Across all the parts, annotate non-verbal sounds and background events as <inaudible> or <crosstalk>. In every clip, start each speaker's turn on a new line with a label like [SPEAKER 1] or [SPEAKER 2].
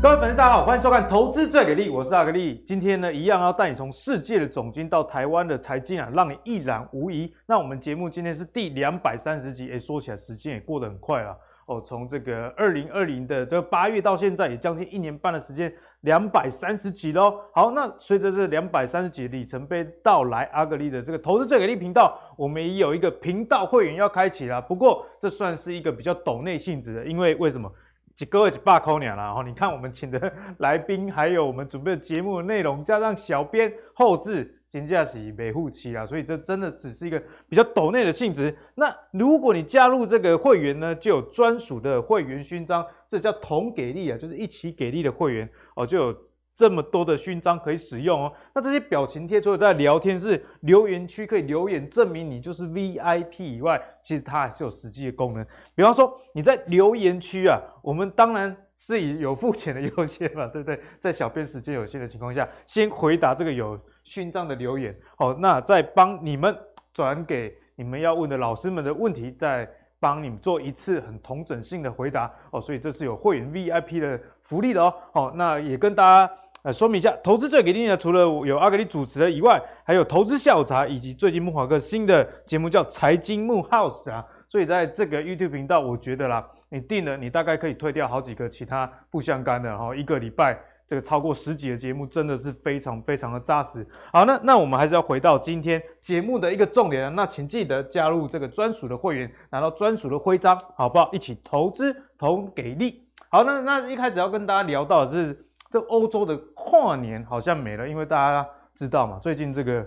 [SPEAKER 1] 各位粉丝，大家好，欢迎收看《投资最给力》，我是阿格力。今天呢，一样要带你从世界的总经到台湾的财经啊，让你一览无遗。那我们节目今天是第两百三十集，哎，说起来时间也过得很快啊。哦，从这个二零二零的这个八月到现在，也将近一年半的时间，两百三十集喽。好，那随着这两百三十集里程碑到来，阿格力的这个投资最给力频道，我们也有一个频道会员要开启啦。不过这算是一个比较抖内性质的，因为为什么？几个月几把扣鸟啦，哦，你看我们请的来宾，还有我们准备的节目的内容，加上小编后置。金价是每户期啊，所以这真的只是一个比较抖内的性质。那如果你加入这个会员呢，就有专属的会员勋章，这叫同给力啊，就是一起给力的会员哦，就有这么多的勋章可以使用哦。那这些表情贴除了在聊天室留言区可以留言证明你就是 VIP 以外，其实它还是有实际的功能。比方说你在留言区啊，我们当然是以有付钱的优先嘛， <laughs> 对不对？在小编时间有限的情况下，先回答这个有勋章的留言，好，那再帮你们转给你们要问的老师们的问题，再帮你们做一次很同整性的回答哦。所以这是有会员 VIP 的福利的哦。好、那也跟大家。呃，说明一下，投资最给力呢，除了有阿格里主持的以外，还有投资下午茶，以及最近木华哥新的节目叫《财经木 House》啊。所以在这个 YouTube 频道，我觉得啦，你定了，你大概可以退掉好几个其他不相干的，然后一个礼拜这个超过十几的节目，真的是非常非常的扎实。好，那那我们还是要回到今天节目的一个重点啊，那请记得加入这个专属的会员，拿到专属的徽章，好不好？一起投资同给力。好，那那一开始要跟大家聊到的是这欧洲的跨年好像没了，因为大家知道嘛，最近这个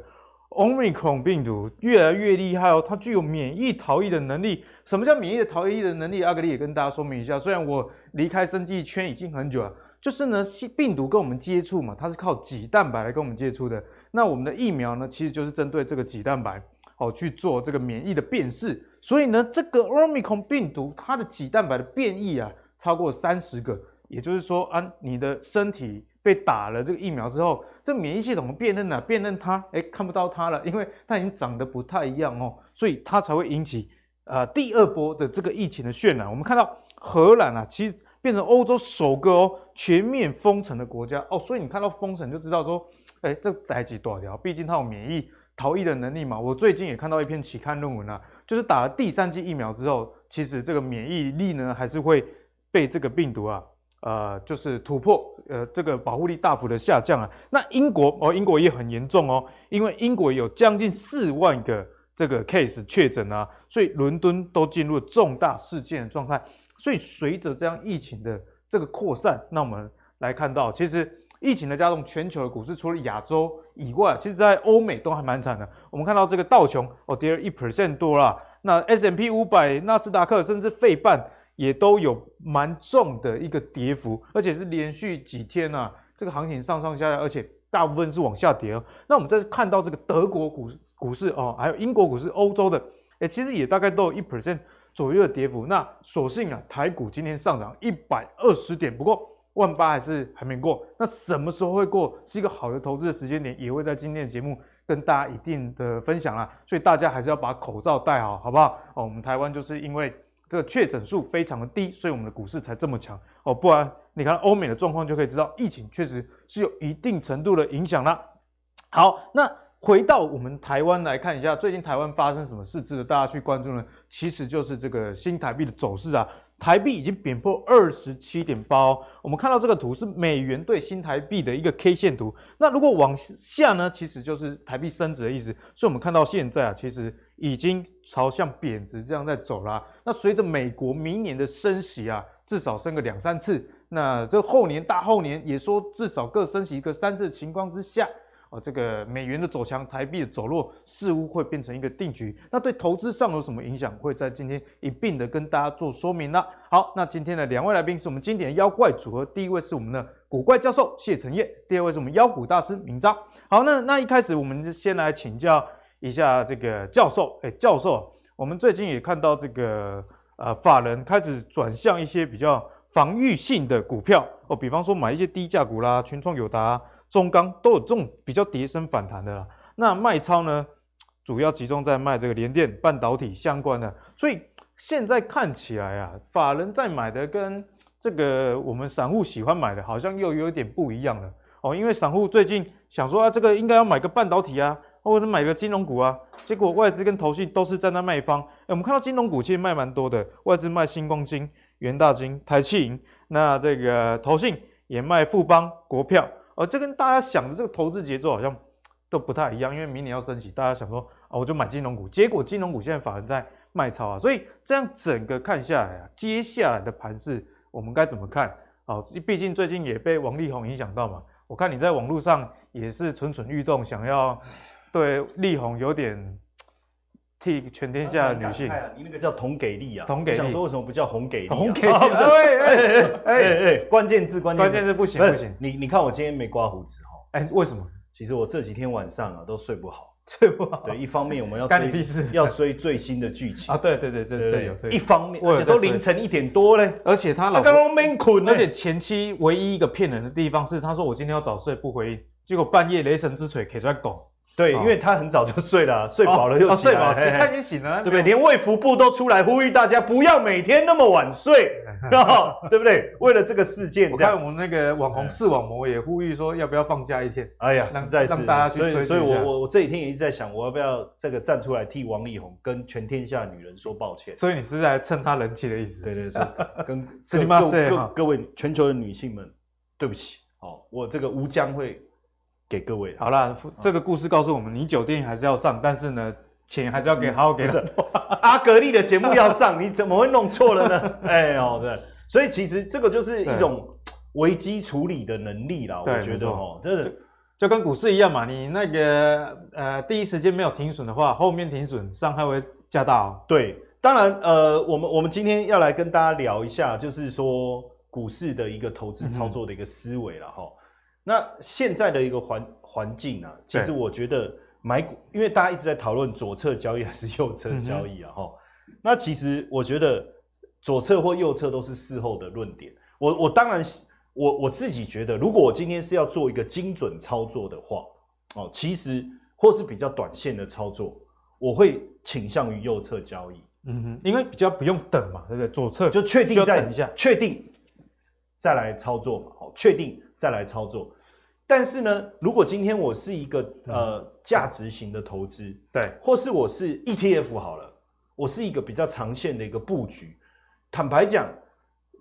[SPEAKER 1] Omicron 病毒越来越厉害哦，它具有免疫逃逸的能力。什么叫免疫的逃逸的能力？阿格里也跟大家说明一下。虽然我离开生技圈已经很久了，就是呢，细病毒跟我们接触嘛，它是靠脊蛋白来跟我们接触的。那我们的疫苗呢，其实就是针对这个脊蛋白。哦，去做这个免疫的辨识，所以呢，这个 Omicron 病毒它的脊蛋白的变异啊，超过三十个，也就是说啊，你的身体被打了这个疫苗之后，这免疫系统辨认啊，辨认它，哎，看不到它了，因为它已经长得不太一样哦，所以它才会引起呃第二波的这个疫情的渲染。我们看到荷兰啊，其实变成欧洲首个哦全面封城的国家哦，所以你看到封城就知道说，哎，这来几多少条，毕竟它有免疫逃逸的能力嘛。我最近也看到一篇期刊论文啊，就是打了第三剂疫苗之后，其实这个免疫力呢还是会被这个病毒啊，呃，就是突破，呃，这个保护力大幅的下降啊。那英国哦，英国也很严重哦，因为英国有将近四万个这个 case 确诊啊，所以伦敦都进入重大事件的状态。所以随着这样疫情的这个扩散，那我们来看到，其实疫情的加重，全球的股市除了亚洲以外，其实在欧美都还蛮惨的。我们看到这个道琼哦跌了一 percent 多啦，那 S M P 五百、纳斯达克甚至费半也都有蛮重的一个跌幅，而且是连续几天啊，这个行情上上下下，而且大部分是往下跌哦。那我们再看到这个德国股股市哦，还有英国股市，欧洲的，哎，其实也大概都有一 percent 左右的跌幅。那所幸啊，台股今天上涨一百二十点，不过万八还是还没过。那什么时候会过，是一个好的投资的时间点，也会在今天的节目跟大家一定的分享啦。所以大家还是要把口罩戴好，好不好？哦，我们台湾就是因为这个确诊数非常的低，所以我们的股市才这么强哦。不然你看欧美的状况就可以知道，疫情确实是有一定程度的影响啦。好，那回到我们台湾来看一下，最近台湾发生什么事，值得大家去关注呢？其实就是这个新台币的走势啊，台币已经贬破二十七点八哦。我们看到这个图是美元对新台币的一个 K 线图，那如果往下呢，其实就是台币升值的意思。所以我们看到现在啊，其实已经朝向贬值这样在走啦、那随着美国明年的升息啊，至少升个两三次，那这后年大后年也说至少各升息一个三次的情况之下。哦，这个美元的走强，台币的走弱，似乎会变成一个定局。那对投资上有什么影响？会在今天一并的跟大家做说明啦。好，那今天的两位来宾是我们经典的妖怪组合，第一位是我们的古怪教授谢承业，第二位是我们妖股大师明章。好，那那一开始我们就先来请教一下这个教授。哎，教授，我们最近也看到这个呃法人开始转向一些比较防御性的股票哦，比方说买一些低价股啦，群创、友达、中钢都有这种比较跌升反弹的啦。那卖超呢，主要集中在卖这个联电、半导体相关的，所以现在看起来啊，法人在买的跟这个我们散户喜欢买的，好像又有一点不一样了哦。因为散户最近想说啊，这个应该要买个半导体啊，或者买个金融股啊，结果外资跟投信都是站在卖方。哎，我们看到金融股其实卖蛮多的，外资卖星光金、元大金、台气银，那这个投信也卖富邦、国票，哦，这跟大家想的这个投资节奏好像都不太一样，因为明年要升息，大家想说啊，我就买金融股，结果金融股现在反而在卖超啊，所以这样整个看下来啊，接下来的盘势我们该怎么看？哦，毕竟最近也被王力宏影响到嘛，我看你在网络上也是蠢蠢欲动，想要对力宏有点替全天下的女性
[SPEAKER 2] 感慨啊你那个叫同给力啊，
[SPEAKER 1] 同给力
[SPEAKER 2] 我想说为什么不叫红给力啊？
[SPEAKER 1] <laughs> 红给力，哦哎哎
[SPEAKER 2] <laughs> 哎
[SPEAKER 1] 哎，
[SPEAKER 2] 哎，关键字关
[SPEAKER 1] <laughs>
[SPEAKER 2] 键
[SPEAKER 1] 关
[SPEAKER 2] 字
[SPEAKER 1] 键是不行
[SPEAKER 2] 不
[SPEAKER 1] 不
[SPEAKER 2] 是
[SPEAKER 1] 行，
[SPEAKER 2] 你，你看我今天没刮胡子哈，
[SPEAKER 1] 哎，为什么？ <laughs>
[SPEAKER 2] 其实我这几天晚上啊都睡不好。
[SPEAKER 1] 这不好
[SPEAKER 2] 对，一方面我们要
[SPEAKER 1] 啊干你
[SPEAKER 2] 追
[SPEAKER 1] 屁事
[SPEAKER 2] 要追最新的剧情
[SPEAKER 1] 啊？，对对对，这
[SPEAKER 2] 对
[SPEAKER 1] 这
[SPEAKER 2] 对
[SPEAKER 1] 有这
[SPEAKER 2] 一
[SPEAKER 1] 有，
[SPEAKER 2] 方面，
[SPEAKER 1] 我有
[SPEAKER 2] 而且都
[SPEAKER 1] 在追
[SPEAKER 2] 凌晨一点多嘞，
[SPEAKER 1] 而且他
[SPEAKER 2] 他
[SPEAKER 1] 老
[SPEAKER 2] 刚哎
[SPEAKER 1] 婆
[SPEAKER 2] 刚没困呢，
[SPEAKER 1] 而且前妻唯一一个骗人的地方是，他说我今天要早睡不回应，结果半夜雷神之锤给出来拱，
[SPEAKER 2] 对，
[SPEAKER 1] 哦
[SPEAKER 2] 因为他很早就睡了啊，睡饱了
[SPEAKER 1] 哦
[SPEAKER 2] 又
[SPEAKER 1] 哦
[SPEAKER 2] 起
[SPEAKER 1] 睡饱
[SPEAKER 2] 来
[SPEAKER 1] 了，
[SPEAKER 2] 嘿
[SPEAKER 1] 他已
[SPEAKER 2] 嘿，
[SPEAKER 1] 经醒了，
[SPEAKER 2] 对不对？连卫福部都出来呼吁大家不要每天那么晚睡，
[SPEAKER 1] <laughs>
[SPEAKER 2] 对不对？为了这个事件
[SPEAKER 1] 我
[SPEAKER 2] 这样
[SPEAKER 1] 看。我们那个网红视网膜也呼吁说，要不要放假一天？
[SPEAKER 2] 哎呀，
[SPEAKER 1] 让
[SPEAKER 2] 实在是，
[SPEAKER 1] 让大家去
[SPEAKER 2] 所
[SPEAKER 1] 追剧
[SPEAKER 2] 以，所以我
[SPEAKER 1] 一下
[SPEAKER 2] 我我这几天也一直在想，我要不要这个站出来替王力宏跟全天下女人说抱
[SPEAKER 1] <laughs>
[SPEAKER 2] 歉？
[SPEAKER 1] 所以你是在蹭他人气的意思？
[SPEAKER 2] 对对对，
[SPEAKER 1] <laughs>
[SPEAKER 2] 说跟
[SPEAKER 1] 是你妈
[SPEAKER 2] 各
[SPEAKER 1] 谁
[SPEAKER 2] 各
[SPEAKER 1] 哈
[SPEAKER 2] 各位全球的女性们，对不起，好，我这个无将会给各位。
[SPEAKER 1] 好啦，这个故事告诉我们，你酒店还是要上，但是呢，钱还是要给好好给
[SPEAKER 2] 不是
[SPEAKER 1] 老婆。
[SPEAKER 2] 阿格力的节目要上，你怎么会弄错了呢？ <laughs> 哎哦，对，所以其实这个就是一种危机处理的能力啦，
[SPEAKER 1] 对
[SPEAKER 2] 我觉
[SPEAKER 1] 没
[SPEAKER 2] 得
[SPEAKER 1] 错
[SPEAKER 2] 哦，真的
[SPEAKER 1] 就跟股市一样嘛，你那个呃第一时间没有停损的话，后面停损伤害会加大哦。
[SPEAKER 2] 对，当然，呃，我们我们今天要来跟大家聊一下，就是说股市的一个投资操作的一个思维了哈。那现在的一个环环境啊，其
[SPEAKER 1] 对
[SPEAKER 2] 实我觉得买股，因为大家一直在讨论左侧交易还是右
[SPEAKER 1] 嗯
[SPEAKER 2] 侧交易啊哈、那其实我觉得左侧或右侧都是事后的论点。我我当然是我我自己觉得，如果我今天是要做一个精准操作的话，哦，其实或是比较短线的操作，我会倾向于右侧交易，
[SPEAKER 1] 嗯哼，因为比较不用等嘛，对不对？左侧
[SPEAKER 2] 就确
[SPEAKER 1] 需
[SPEAKER 2] 定
[SPEAKER 1] 要
[SPEAKER 2] 再
[SPEAKER 1] 等一下，
[SPEAKER 2] 确定再来操作嘛，哦，确定再来操作。但是呢，如果今天我是一个
[SPEAKER 1] 嗯
[SPEAKER 2] 呃价值型的投资，
[SPEAKER 1] 对，
[SPEAKER 2] 或是我是 ETF 好了，我是一个比较长线的一个布局。坦白讲，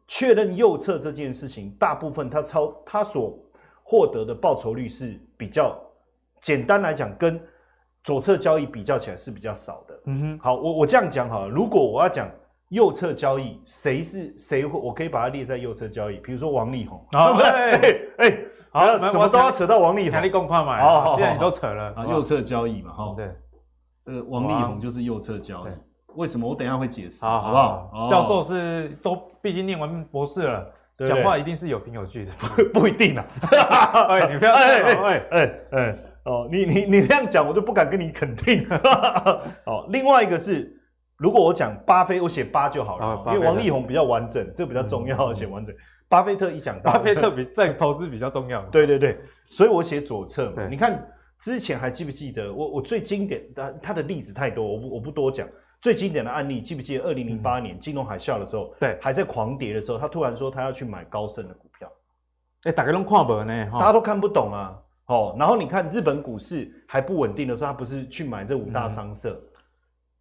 [SPEAKER 2] 确认右侧这件事情，大部分它超它所获得的报酬率是比较简单来讲，跟左侧交易比较起来是比较少的。
[SPEAKER 1] 嗯哼。
[SPEAKER 2] 好，我我这样讲好了，如果我要讲右侧交易，谁是谁会，我可以把它列在右侧交易，比如说王力宏。
[SPEAKER 1] 好
[SPEAKER 2] <laughs> 哎哎，
[SPEAKER 1] 哦好
[SPEAKER 2] 好，
[SPEAKER 1] 我们
[SPEAKER 2] 什么都要扯到王力
[SPEAKER 1] 强力
[SPEAKER 2] 宏。
[SPEAKER 1] 共快买
[SPEAKER 2] 好好
[SPEAKER 1] 啊，
[SPEAKER 2] 好
[SPEAKER 1] 既然你都扯了，
[SPEAKER 3] 啊，
[SPEAKER 1] 好不好
[SPEAKER 3] 右侧交易嘛，哈，
[SPEAKER 1] 对，
[SPEAKER 3] 这个王
[SPEAKER 2] 哦
[SPEAKER 3] 力宏就是右侧交易
[SPEAKER 1] 对，
[SPEAKER 3] 为什么？我等一下会解释，
[SPEAKER 1] 好
[SPEAKER 3] 好不好？哦
[SPEAKER 1] 教授是都毕竟念完博士了，
[SPEAKER 2] 对不
[SPEAKER 1] 讲
[SPEAKER 2] 对
[SPEAKER 1] 话一定是有凭有据的。
[SPEAKER 2] <laughs> 不一定啊，
[SPEAKER 1] <laughs>
[SPEAKER 2] <laughs>
[SPEAKER 1] 哎，你不要
[SPEAKER 2] 哎
[SPEAKER 1] 哎
[SPEAKER 2] 哎
[SPEAKER 1] 哎，
[SPEAKER 2] 哎哎哦，你你你这样讲，我就不敢跟你肯定。 <laughs> 哦，另外一个是，如果我讲巴菲，我写八就好了，
[SPEAKER 1] 啊巴菲特
[SPEAKER 2] 因为王力宏比较完整，这比较重要，写完整。巴菲特一讲到，
[SPEAKER 1] 巴菲特比在哎投资比较重要。
[SPEAKER 2] <laughs> 对对对，所以我写左侧嘛。
[SPEAKER 1] 对
[SPEAKER 2] 你看之前还记不记得我我最经典的他的例子太多，我不我不多讲。最经典的案例记不记得？二零零八年
[SPEAKER 1] 嗯
[SPEAKER 2] 金融海啸的时候，
[SPEAKER 1] 对
[SPEAKER 2] 还在狂跌的时候，他突然说他要去买高盛的股票，
[SPEAKER 1] 哎，打开龙跨本呢，哈
[SPEAKER 2] 大家都看不懂啊。哦，然后你看日本股市还不稳定的时候，他不是去买这五大商社，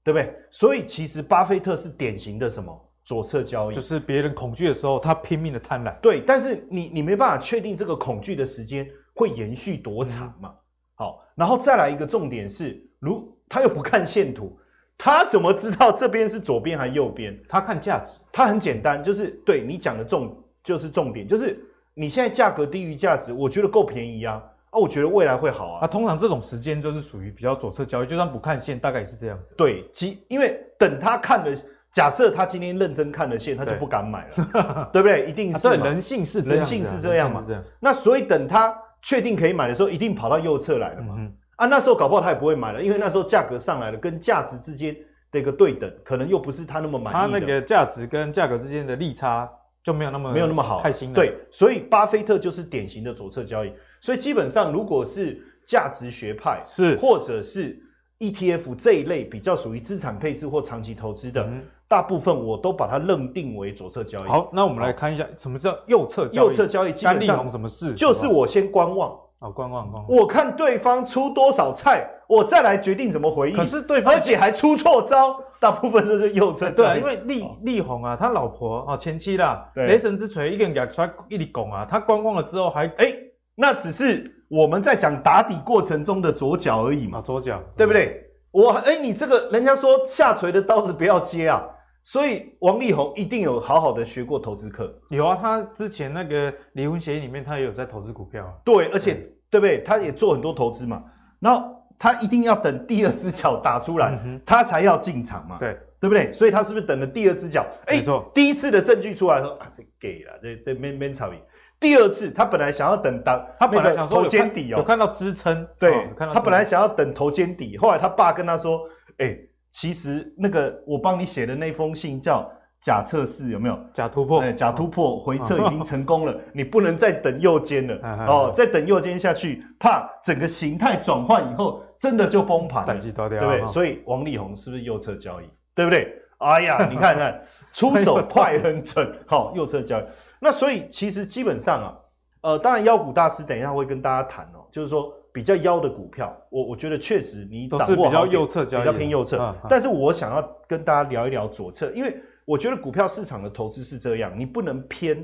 [SPEAKER 2] 对不对？所以其实巴菲特是典型的什么左侧交易，
[SPEAKER 1] 就是别人恐惧的时候，他拼命的贪婪。
[SPEAKER 2] 对，但是你你没办法确定这个恐惧的时间会延续多长嘛？好，然后再来一个重点是，如他又不看线图，他怎么知道这边是左边还右边？
[SPEAKER 1] 他看价值，
[SPEAKER 2] 它很简单，就是对你讲的重就是重点，就是你现在价格低于价值，我觉得够便宜啊，啊，我觉得未来会好
[SPEAKER 1] 啊，
[SPEAKER 2] 啊。
[SPEAKER 1] 通常这种时间就是属于比较左侧交易，就算不看线，大概也是这样子。
[SPEAKER 2] 对，其因为等他看了，假设他今天认真看了线，他就
[SPEAKER 1] 对
[SPEAKER 2] 不敢买
[SPEAKER 1] <laughs>
[SPEAKER 2] 了，对不对？一定
[SPEAKER 1] 啊
[SPEAKER 2] 是
[SPEAKER 1] 对，
[SPEAKER 2] 嘛
[SPEAKER 1] 人性是这样子啊
[SPEAKER 2] 人性是这样嘛
[SPEAKER 1] 人性是这样
[SPEAKER 2] 那所以等他确定可以买的时候，一定跑到右侧来了
[SPEAKER 1] 嗯
[SPEAKER 2] 嘛。
[SPEAKER 1] 哼，
[SPEAKER 2] 啊，那时候搞不好他也不会买了，因为那时候价格上来了，跟价值之间的一个对等，可能又不是他那么
[SPEAKER 1] 他
[SPEAKER 2] 满意的，
[SPEAKER 1] 那个价值跟价格之间的利差就没有那么
[SPEAKER 2] 没有那么好。
[SPEAKER 1] 开呃心了。
[SPEAKER 2] 对，所以巴菲特就是典型的左侧交易。所以基本上，如果是价值学派，
[SPEAKER 1] 是
[SPEAKER 2] E 或者是 ETF 这一类比较属于资产配置或长期投资的，
[SPEAKER 1] 嗯
[SPEAKER 2] 大部分我都把它认定为左侧交易。，
[SPEAKER 1] 好，那我们来看一下什么叫右侧交易。
[SPEAKER 2] 右侧交易基
[SPEAKER 1] 干
[SPEAKER 2] 本
[SPEAKER 1] 利
[SPEAKER 2] 上
[SPEAKER 1] 红什么事？
[SPEAKER 2] 就是
[SPEAKER 1] 好不好
[SPEAKER 2] 我先观望，
[SPEAKER 1] 好哦观望观望。
[SPEAKER 2] 我看对方出多少菜，我再来决定怎么回应。
[SPEAKER 1] 可是对方
[SPEAKER 2] 而且还出错招，大部分都是右侧
[SPEAKER 1] 哎
[SPEAKER 2] 交易。
[SPEAKER 1] 对啊，因为力
[SPEAKER 2] 哦
[SPEAKER 1] 力宏啊，他老婆啊前妻啦，
[SPEAKER 2] 对
[SPEAKER 1] 雷神之锤一个人给他出来一里拱啊，他观望了之后还
[SPEAKER 2] 哎、那只是我们在讲打底过程中的左脚而已嘛
[SPEAKER 1] 啊，左脚，
[SPEAKER 2] 对不？对？我哎、你这个人家说下垂的刀子不要接啊，所以王力宏一定有好好的学过投资课，
[SPEAKER 1] 有啊，他之前那个离婚协议里面，他也有在投资股票啊。
[SPEAKER 2] 对，而且、对不对？他也做很多投资嘛，然后他一定要等第二只脚打出来，
[SPEAKER 1] 嗯哼
[SPEAKER 2] 他才要进场嘛，
[SPEAKER 1] 对，
[SPEAKER 2] 对不对？所以他是不是等了第二只脚？哎
[SPEAKER 1] 没错，
[SPEAKER 2] 第一次的证据出来说啊，这 gay 啦，这这没没吵赢。第二次他本来想要等打，
[SPEAKER 1] 他本来想说有
[SPEAKER 2] 头
[SPEAKER 1] 看
[SPEAKER 2] 肩底哦、
[SPEAKER 1] 有看到支撑，
[SPEAKER 2] 对，
[SPEAKER 1] 哦有看到
[SPEAKER 2] 他本来
[SPEAKER 1] 支
[SPEAKER 2] 想要等头肩底，后来他爸跟他说：“哎、其实那个我帮你写的那封信叫假测试，有没有？
[SPEAKER 1] 撑假突破
[SPEAKER 2] 哎，，假突破
[SPEAKER 1] 哦
[SPEAKER 2] 回撤已经成
[SPEAKER 1] <laughs>
[SPEAKER 2] 功了，你不能再等右肩了
[SPEAKER 1] 嗯嗯
[SPEAKER 2] 哦
[SPEAKER 1] 嗯，
[SPEAKER 2] 再等右肩下去，怕整个形态转换以后真的就崩盘了
[SPEAKER 1] 胆，机多掉
[SPEAKER 2] 对
[SPEAKER 1] 啊，
[SPEAKER 2] 不对？
[SPEAKER 1] 以
[SPEAKER 2] 所以王力宏是不是右侧交易，对不对？”哎
[SPEAKER 1] <laughs>
[SPEAKER 2] 呀，你看看，出手快很准， <laughs> 好、右侧交易。那所以其实基本上啊，呃，当然妖股大师等一下会跟大家谈哦，就是说比较妖的股票，我我觉得确实你
[SPEAKER 1] 都
[SPEAKER 2] 掌
[SPEAKER 1] 是
[SPEAKER 2] 握
[SPEAKER 1] 比较
[SPEAKER 2] 好点
[SPEAKER 1] 右侧交易
[SPEAKER 2] 比
[SPEAKER 1] 的
[SPEAKER 2] 较偏右侧。
[SPEAKER 1] 嗯嗯
[SPEAKER 2] 但是我想要跟大家聊一聊左侧，因为我觉得股票市场的投资是这样，你不能偏。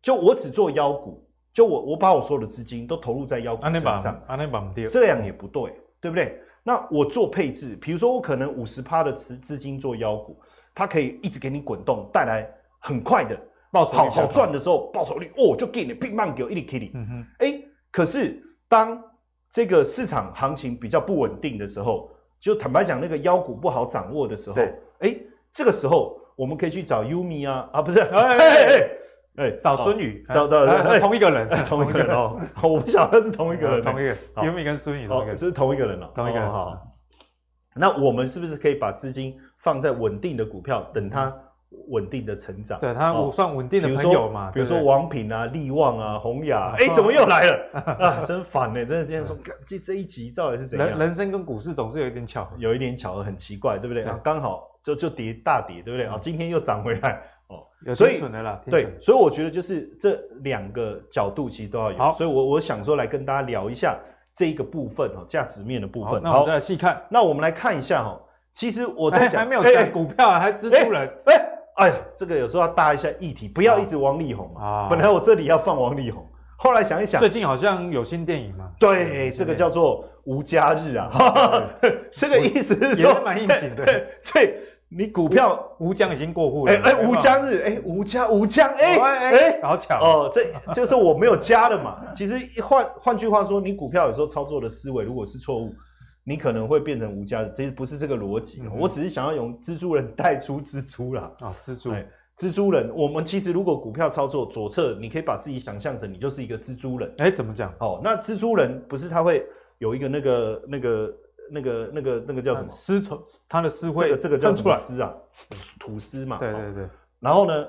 [SPEAKER 2] 就我只做妖股，就我我把我所有的资金都投入在妖股
[SPEAKER 1] 安内
[SPEAKER 2] 身
[SPEAKER 1] 啊绑
[SPEAKER 2] 上，
[SPEAKER 1] 安内绑掉，
[SPEAKER 2] 这样也不对，对不对？那我做配置，比如说我可能五十趴的资资金做妖股，它可以一直给你滚动，带来很快的
[SPEAKER 1] 报酬率
[SPEAKER 2] 好
[SPEAKER 1] 比较
[SPEAKER 2] 好
[SPEAKER 1] 高
[SPEAKER 2] 赚，的时候，报酬率哦就给你并慢给我一里 kitty。
[SPEAKER 1] 嗯哼，
[SPEAKER 2] 哎、可是当这个市场行情比较不稳定的时候，就坦白讲，那个妖股不好掌握的时候，
[SPEAKER 1] 对
[SPEAKER 2] 哎、这个时候我们可以去找 Umi 啊啊，不是，哎
[SPEAKER 1] 哎
[SPEAKER 2] 哎
[SPEAKER 1] 哎
[SPEAKER 2] 哎 <laughs> 哎
[SPEAKER 1] 找
[SPEAKER 2] 哦
[SPEAKER 1] 孙宇，
[SPEAKER 2] 找找
[SPEAKER 1] 哎
[SPEAKER 2] 哎
[SPEAKER 1] 同一个人，
[SPEAKER 2] <laughs> 同一个人哦，我不晓得是同一个
[SPEAKER 1] <laughs>
[SPEAKER 2] 人，
[SPEAKER 1] 同一个
[SPEAKER 2] 好
[SPEAKER 1] 尤米跟孙宇同
[SPEAKER 2] 哦
[SPEAKER 1] 一个，人，
[SPEAKER 2] 这是同一个人哦，
[SPEAKER 1] 同一个人
[SPEAKER 2] 哦好。那我们是不是可以把资金放在稳定的股票，等它稳定的成长？
[SPEAKER 1] 嗯对他
[SPEAKER 2] 哦
[SPEAKER 1] 我算稳
[SPEAKER 2] 比
[SPEAKER 1] 定的
[SPEAKER 2] 如
[SPEAKER 1] 朋
[SPEAKER 2] 说
[SPEAKER 1] 友嘛，
[SPEAKER 2] 比如说
[SPEAKER 1] 对不对
[SPEAKER 2] 王品啊、力旺啊、宏雅
[SPEAKER 1] 啊，
[SPEAKER 2] 哎，怎么又来了
[SPEAKER 1] <laughs>
[SPEAKER 2] 啊？真烦呢！真的今天说，干这这一集到底是怎
[SPEAKER 1] 人
[SPEAKER 2] 样？
[SPEAKER 1] 人生跟股市总是有一点巧合，
[SPEAKER 2] 有一点巧合，很奇怪，对不对？
[SPEAKER 1] 对嗯
[SPEAKER 2] 啊，刚好就就跌大跌，对不对？啊，今天又涨回来，哦，
[SPEAKER 1] 有
[SPEAKER 2] 所以
[SPEAKER 1] 停损的啦，停
[SPEAKER 2] 对，
[SPEAKER 1] 损
[SPEAKER 2] 所以我觉得就是这两个角度其实都要
[SPEAKER 1] 好
[SPEAKER 2] 有。所以我我想说来跟大家聊一下这一个部分哦，价值面的部
[SPEAKER 1] 好，
[SPEAKER 2] 分。
[SPEAKER 1] 那我们再来细看。
[SPEAKER 2] 那我们来看一下哈，其实我
[SPEAKER 1] 我
[SPEAKER 2] 在讲
[SPEAKER 1] 还没有
[SPEAKER 2] 哎
[SPEAKER 1] 讲股票，啊，还蜘蛛人，
[SPEAKER 2] 哎哎呀，这个有时候要搭一下议题，不要一直王力宏
[SPEAKER 1] 啊
[SPEAKER 2] 啊。本来我这里要放王力宏，后来想一想
[SPEAKER 1] 最，近好像有新电影嘛？
[SPEAKER 2] 对，
[SPEAKER 1] 新
[SPEAKER 2] 这个
[SPEAKER 1] 电影
[SPEAKER 2] 叫做无家日啊， <laughs> 这个意思是
[SPEAKER 1] 也
[SPEAKER 2] 说哎
[SPEAKER 1] 是蛮应景的。
[SPEAKER 2] 对，你股票，
[SPEAKER 1] 吴江已经过户了，
[SPEAKER 2] 哎哎，
[SPEAKER 1] 有没
[SPEAKER 2] 无
[SPEAKER 1] 有
[SPEAKER 2] 家日，哎无家无江，哎
[SPEAKER 1] 哎
[SPEAKER 2] 哎。
[SPEAKER 1] 好巧哦，
[SPEAKER 2] 哦，这这个是我没有加的嘛。其实一换换句话说，你股票有时候操作的思维如果是错误，你可能会变成无价的。其实不是这个逻辑哦，
[SPEAKER 1] 嗯哼
[SPEAKER 2] 我只是想要用蜘蛛人 <laughs> 带出蜘蛛啦。
[SPEAKER 1] 啊，蜘蛛
[SPEAKER 2] 哎蜘蛛人，我们其实如果股票操作左侧，你可以把自己想象成你就是一个蜘蛛人。
[SPEAKER 1] 哎，怎么讲？
[SPEAKER 2] 哦，那蜘蛛人不是他会有一个那个那个那个那个那个叫什么？
[SPEAKER 1] 丝绸，他的丝
[SPEAKER 2] 这
[SPEAKER 1] 嗯会
[SPEAKER 2] 个这个叫
[SPEAKER 1] 喷
[SPEAKER 2] 什
[SPEAKER 1] 出
[SPEAKER 2] 么
[SPEAKER 1] 来？
[SPEAKER 2] 丝啊？吐丝嘛。
[SPEAKER 1] 对
[SPEAKER 2] 哦
[SPEAKER 1] 对对，
[SPEAKER 2] 然后呢，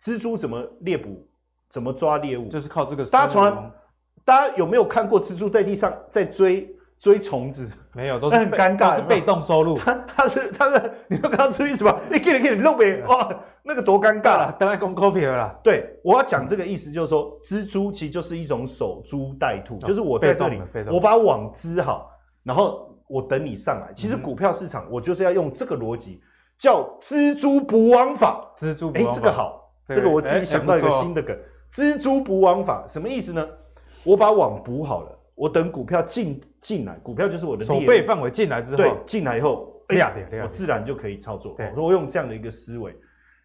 [SPEAKER 2] 蜘蛛怎么猎捕？怎么抓猎物？
[SPEAKER 1] 就是靠这个丝网。
[SPEAKER 2] 大家从来大家有没有看过蜘蛛在地上在追追虫子？ <laughs>
[SPEAKER 1] 没有，都是
[SPEAKER 2] 那很
[SPEAKER 1] 被
[SPEAKER 2] 尴尬
[SPEAKER 1] 都是被动收入。
[SPEAKER 2] 它它是它是，你们刚刚出去什 <laughs> 么？你给你给你弄呗，哇，那个多尴尬
[SPEAKER 1] 啊，
[SPEAKER 2] 啊！
[SPEAKER 1] 当然公扣票啦，
[SPEAKER 2] 对，我要讲这个意思就是说，蜘蛛其实就是一种守株待兔，就是我在这
[SPEAKER 1] 哦被
[SPEAKER 2] 里
[SPEAKER 1] 动的被，动的
[SPEAKER 2] 我把网织好，然后我等你上来。其实
[SPEAKER 1] 嗯哼
[SPEAKER 2] 股票市场我就是要用这个逻辑，叫蜘蛛捕网法。
[SPEAKER 1] 蜘蛛不
[SPEAKER 2] 哎、
[SPEAKER 1] 枉法。
[SPEAKER 2] 这个好，
[SPEAKER 1] 这
[SPEAKER 2] 这
[SPEAKER 1] 个
[SPEAKER 2] 个我自
[SPEAKER 1] 哎
[SPEAKER 2] 己想到一
[SPEAKER 1] 哎
[SPEAKER 2] 个
[SPEAKER 1] 不错哦
[SPEAKER 2] 新的梗，蜘蛛捕网法什么意思呢？我把网捕好了，我等股票进进来，股票就是我的
[SPEAKER 1] 守
[SPEAKER 2] 猎
[SPEAKER 1] 备
[SPEAKER 2] 物
[SPEAKER 1] 范围进来之
[SPEAKER 2] 对
[SPEAKER 1] 后，
[SPEAKER 2] 进来以后，哎
[SPEAKER 1] 亮点亮点
[SPEAKER 2] 我自然就可以操作。
[SPEAKER 1] 对
[SPEAKER 2] 我说用这样的一个思维，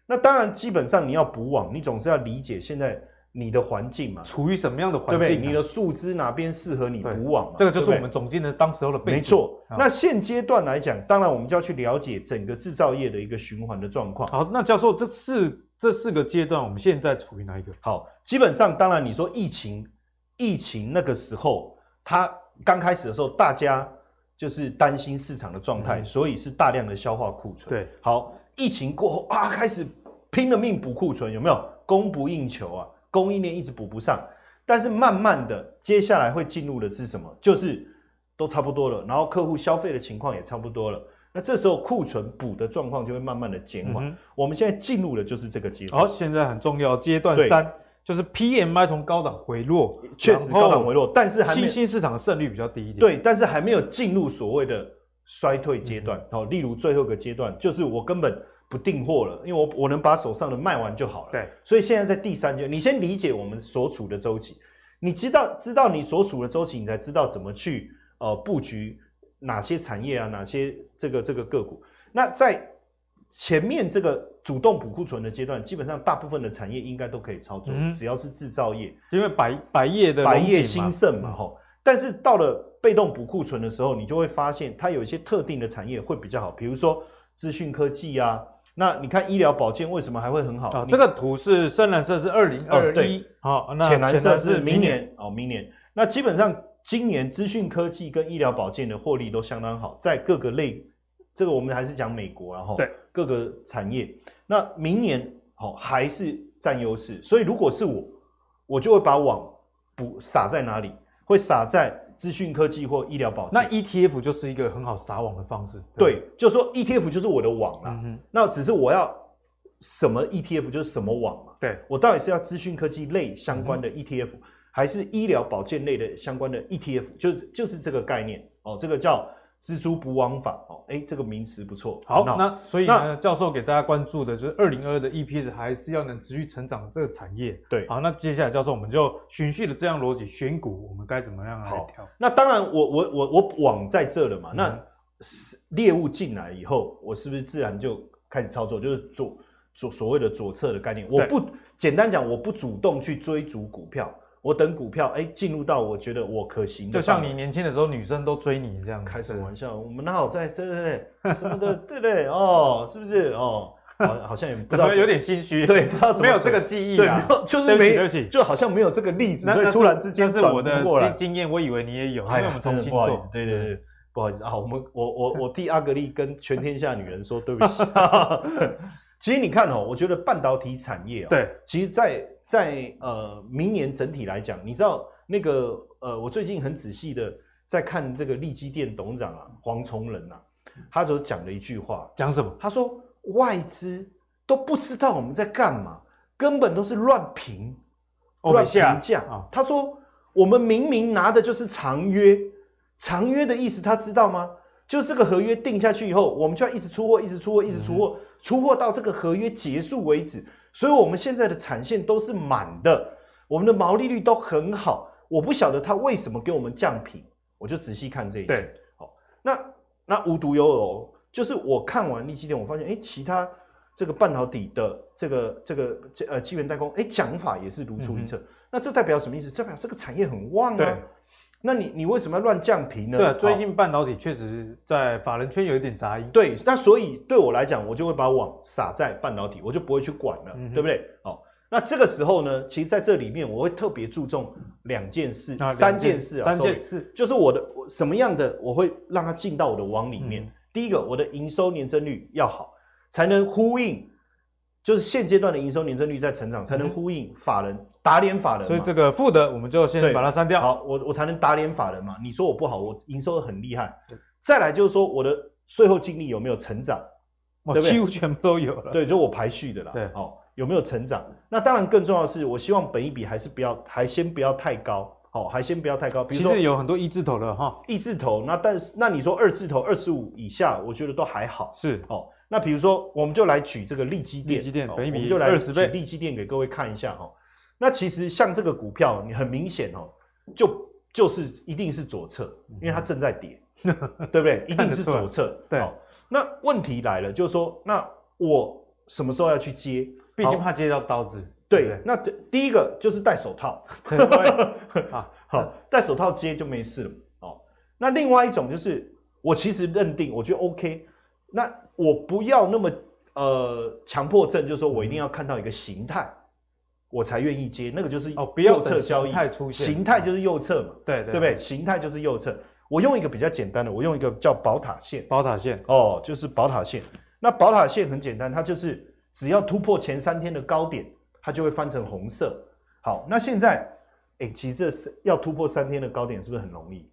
[SPEAKER 2] 那当然基本上你要捕网，你总是要理解现在你的环境嘛，
[SPEAKER 1] 处于什么样的
[SPEAKER 2] 对
[SPEAKER 1] 环
[SPEAKER 2] 不对？
[SPEAKER 1] 境啊？
[SPEAKER 2] 你的树枝哪边适合你
[SPEAKER 1] 对
[SPEAKER 2] 捕网嘛？
[SPEAKER 1] 这个就是
[SPEAKER 2] 对
[SPEAKER 1] 我
[SPEAKER 2] 不对
[SPEAKER 1] 们总经的当时候的背景。
[SPEAKER 2] 没错
[SPEAKER 1] 啊。
[SPEAKER 2] 那现阶段来讲，当然我们就要去了解整个制造业的一个循环的状况。
[SPEAKER 1] 好，那教授，这四这四个阶段，我们现在处于哪一个？
[SPEAKER 2] 好，基本上当然你说疫情，疫情那个时候，它刚开始的时候，大家就是担心市场的状态，
[SPEAKER 1] 嗯
[SPEAKER 2] 所以是大量的消化库存。，
[SPEAKER 1] 对，
[SPEAKER 2] 好，疫情过后啊，开始拼了命补库存，有没有？供不应求啊，供应链一直补不上。但是慢慢的，接下来会进入的是什么？就是都差不多了，然后客户消费的情况也差不多了。那这时候库存补的状况就会慢慢的减缓。
[SPEAKER 1] 嗯
[SPEAKER 2] 我们现在进入的就是这个阶
[SPEAKER 1] 好，
[SPEAKER 2] 段，
[SPEAKER 1] 现在很重要，阶段
[SPEAKER 2] 对
[SPEAKER 1] 三就是 PMI 从高档回落，
[SPEAKER 2] 确实高档回落，但是还
[SPEAKER 1] 新
[SPEAKER 2] 没有
[SPEAKER 1] 兴市场的胜率比较低一点。，
[SPEAKER 2] 对，但是还没有进入所谓的衰退阶段。
[SPEAKER 1] 嗯
[SPEAKER 2] 哦，例如最后一个阶段就是我根本不订货了，因为我我能把手上的卖完就好了。
[SPEAKER 1] 对，
[SPEAKER 2] 所以现在在第三阶，你先理解我们所处的周期，你知道知道你所处的周期，你才知道怎么去呃布局哪些产业啊，哪些这个这个个股。那在前面这个主动补库存的阶段，基本上大部分的产业应该都可以操作，
[SPEAKER 1] 嗯
[SPEAKER 2] 只要是制造业，
[SPEAKER 1] 因为百百业的
[SPEAKER 2] 百
[SPEAKER 1] 龙
[SPEAKER 2] 业
[SPEAKER 1] 井嘛嗯
[SPEAKER 2] 兴盛嘛，吼。但是到了被动补库存的时候，你就会发现它有一些特定的产业会比较好，比如说资讯科技啊。那你看医疗保健为什么还会很好？
[SPEAKER 1] 啊，
[SPEAKER 2] 你
[SPEAKER 1] 这个图是深蓝色是二零二
[SPEAKER 2] 哦
[SPEAKER 1] 一
[SPEAKER 2] 对，
[SPEAKER 1] 好，那
[SPEAKER 2] 浅蓝色是
[SPEAKER 1] 明
[SPEAKER 2] 明年哦，明年。那基本上今年资讯科技跟医疗保健的获利都相当好，在各个类，这个我们还是讲美国，然后
[SPEAKER 1] 对
[SPEAKER 2] 各个产业。那明年哦还是占优势，所以如果是我，我就会把网补撒在哪里？会撒在资讯科技或医疗保健。
[SPEAKER 1] 那 ETF 就是一个很好撒网的方式。不，
[SPEAKER 2] 对，啊就说 ETF 就是我的网啦，
[SPEAKER 1] 嗯哼，
[SPEAKER 2] 那只是我要什么 ETF 就是什么网嘛。
[SPEAKER 1] 对，
[SPEAKER 2] 我到底是要资讯科技类相
[SPEAKER 1] 嗯
[SPEAKER 2] 关的 ETF，、还是医疗保健类的相关的 ETF？就是就是这个概念哦，这个叫蜘蛛捕网法哦，哎，这个名词不错。
[SPEAKER 1] 好，
[SPEAKER 2] 那
[SPEAKER 1] 那所以呢，教授给大家关注的就是二零二二的 EPS 还是要能持续成长这个产业。
[SPEAKER 2] 对
[SPEAKER 1] 好，那接下来教授我们就循序的这样逻辑选股，我们该怎么样来
[SPEAKER 2] 好
[SPEAKER 1] 挑？
[SPEAKER 2] 那当然我，我我我网在这了嘛，
[SPEAKER 1] 嗯
[SPEAKER 2] 那是猎物进来以后，我是不是自然就开始操作？就是左左所谓的左侧的概念，我
[SPEAKER 1] 对
[SPEAKER 2] 不简单讲，我不主动去追逐股票，我等股票哎进入到我觉得我可行的
[SPEAKER 1] 就
[SPEAKER 2] 范围，
[SPEAKER 1] 像你年轻的时候，女生都追你这样子。
[SPEAKER 2] 开什么玩笑？我们哪有在对对对什
[SPEAKER 1] <laughs>
[SPEAKER 2] 么的对对哦，是不是哦？好，好像也不知
[SPEAKER 1] 怎
[SPEAKER 2] 道
[SPEAKER 1] 么
[SPEAKER 2] 怎
[SPEAKER 1] 有点心虚？
[SPEAKER 2] 对，不知道怎
[SPEAKER 1] 没
[SPEAKER 2] 么
[SPEAKER 1] 有
[SPEAKER 2] 扯
[SPEAKER 1] 这个记忆
[SPEAKER 2] 对，
[SPEAKER 1] 啊
[SPEAKER 2] 没有就是
[SPEAKER 1] 对不起对
[SPEAKER 2] 没
[SPEAKER 1] 不起
[SPEAKER 2] 就好像没有这个例子，
[SPEAKER 1] 那
[SPEAKER 2] 所
[SPEAKER 1] 那
[SPEAKER 2] 以
[SPEAKER 1] 是
[SPEAKER 2] 突然之间
[SPEAKER 1] 那是
[SPEAKER 2] 转
[SPEAKER 1] 我的
[SPEAKER 2] 不过来
[SPEAKER 1] 经。经验，我以为你也有，因
[SPEAKER 2] 哎
[SPEAKER 1] 为我
[SPEAKER 2] 呀
[SPEAKER 1] 们，
[SPEAKER 2] 真
[SPEAKER 1] 重
[SPEAKER 2] 的
[SPEAKER 1] 新
[SPEAKER 2] 不好意思
[SPEAKER 1] 做，。嗯
[SPEAKER 2] 对对对，不好意思啊，我们我我我替阿格力跟全天下女人说对不起。
[SPEAKER 1] <laughs>
[SPEAKER 2] 其实你看哦，我觉得半导体产业哦，，
[SPEAKER 1] 对，
[SPEAKER 2] 其实在在呃明年整体来讲，你知道那个呃，我最近很仔细的在看这个利基店董事长啊黄崇仁啊，他就讲了一句话，
[SPEAKER 1] 讲什么？
[SPEAKER 2] 他说外资都不知道我们在干嘛，根本都是乱评。
[SPEAKER 1] 欧
[SPEAKER 2] 乱
[SPEAKER 1] 美
[SPEAKER 2] 评
[SPEAKER 1] 下
[SPEAKER 2] 价
[SPEAKER 1] 哦啊，
[SPEAKER 2] 他说我们明明拿的就是长约，长约的意思他知道吗？就这个合约定下去以后，我们就要一直出货，一直出货，一直出
[SPEAKER 1] 嗯
[SPEAKER 2] 货，出货到这个合约结束为止。所以我们现在的产线都是满的，我们的毛利率都很好。我不晓得他为什么给我们降频，我就仔细看这一
[SPEAKER 1] 对啊
[SPEAKER 2] 点。好，那那无独有偶，就是我看完利基店，我发现哎、诶其他这个半导体的这个这个这呃晶圆代工，哎、讲法也是如出一辙。那这代表什么意思？这代表这个产业很旺
[SPEAKER 1] 嗯对
[SPEAKER 2] 啊。那你你为什么要乱降频呢？
[SPEAKER 1] 对啊，最
[SPEAKER 2] 好
[SPEAKER 1] 近半导体确实在法人圈有一点杂音。
[SPEAKER 2] 对，那所以对我来讲，我就会把网撒在半导体，我就不会去管了，
[SPEAKER 1] 嗯哼
[SPEAKER 2] 对不对？哦，那这个时候呢，其实在这里面我会特别注重两件事、
[SPEAKER 1] 啊
[SPEAKER 2] 三
[SPEAKER 1] 两件
[SPEAKER 2] 件事啊，
[SPEAKER 1] 三件
[SPEAKER 2] sorry
[SPEAKER 1] 事，
[SPEAKER 2] 就是我的我什么样的我会让它进到我的网里面。
[SPEAKER 1] 嗯
[SPEAKER 2] 第一个，我的营收年增率要好，才能呼应，就是现阶段的营收年增率在成长，才能
[SPEAKER 1] 嗯哼
[SPEAKER 2] 呼应法人打脸法人嘛。
[SPEAKER 1] 所以这个负的我们就先
[SPEAKER 2] 对
[SPEAKER 1] 把它删掉。
[SPEAKER 2] 好，我我才能打脸法人嘛。你说我不好，我营收很厉害。再来就是说我的税后净利有没有成长？
[SPEAKER 1] 哇，
[SPEAKER 2] 对不
[SPEAKER 1] 哦
[SPEAKER 2] 对
[SPEAKER 1] 几乎全部都有了。
[SPEAKER 2] 对，就我排序的啦。
[SPEAKER 1] 对
[SPEAKER 2] 哦，有没有成长？那当然更重要的是，我希望本一比还是不要，还先不要太高，哦，还先不要太高。比
[SPEAKER 1] 其
[SPEAKER 2] 如说
[SPEAKER 1] 实有很多一字头的哈，
[SPEAKER 2] 一字头，那但是那你说二字头二十五以下，我觉得都还好。
[SPEAKER 1] 是
[SPEAKER 2] 哦，那比如说我们就来举这个利基店，
[SPEAKER 1] 利基店
[SPEAKER 2] 哦
[SPEAKER 1] 本益比
[SPEAKER 2] 我们就来
[SPEAKER 1] 20
[SPEAKER 2] 举
[SPEAKER 1] 倍
[SPEAKER 2] 利基店给各位看一下哈、哦。那其实像这个股票，你很明显哦，就就是一定是左侧，
[SPEAKER 1] 嗯
[SPEAKER 2] 因为它正
[SPEAKER 1] <laughs>
[SPEAKER 2] 在跌，对不对？一定是左侧。
[SPEAKER 1] 对
[SPEAKER 2] 哦那问题来了，就是说，那我什么时候要去接？
[SPEAKER 1] 毕竟
[SPEAKER 2] 好
[SPEAKER 1] 怕接到刀子。
[SPEAKER 2] 对，
[SPEAKER 1] 不
[SPEAKER 2] 那第一个就是戴手套，
[SPEAKER 1] 对 <laughs>
[SPEAKER 2] <laughs>
[SPEAKER 1] 对啊，
[SPEAKER 2] 好，戴手套接就没事了。哦，那另外一种就是，我其实认定，我觉得 OK，那我不要那么呃强迫症，就是说我一定要看到一个形态，我才愿意接，那个就是
[SPEAKER 1] 哦不要
[SPEAKER 2] 右
[SPEAKER 1] 等
[SPEAKER 2] 侧
[SPEAKER 1] 形
[SPEAKER 2] 交易
[SPEAKER 1] 态出现
[SPEAKER 2] 形态就是右侧嘛，
[SPEAKER 1] 对
[SPEAKER 2] 对
[SPEAKER 1] 对
[SPEAKER 2] 不？对？形态就是右侧。我用一个比较简单的，我用一个叫宝塔线
[SPEAKER 1] 宝塔线，
[SPEAKER 2] 哦，就是宝塔线。那宝塔线很简单，它就是只要突破前三天的高点，它就会翻成红色。好，那现在，哎、其实这是要突破三天的高点，是不是很容易？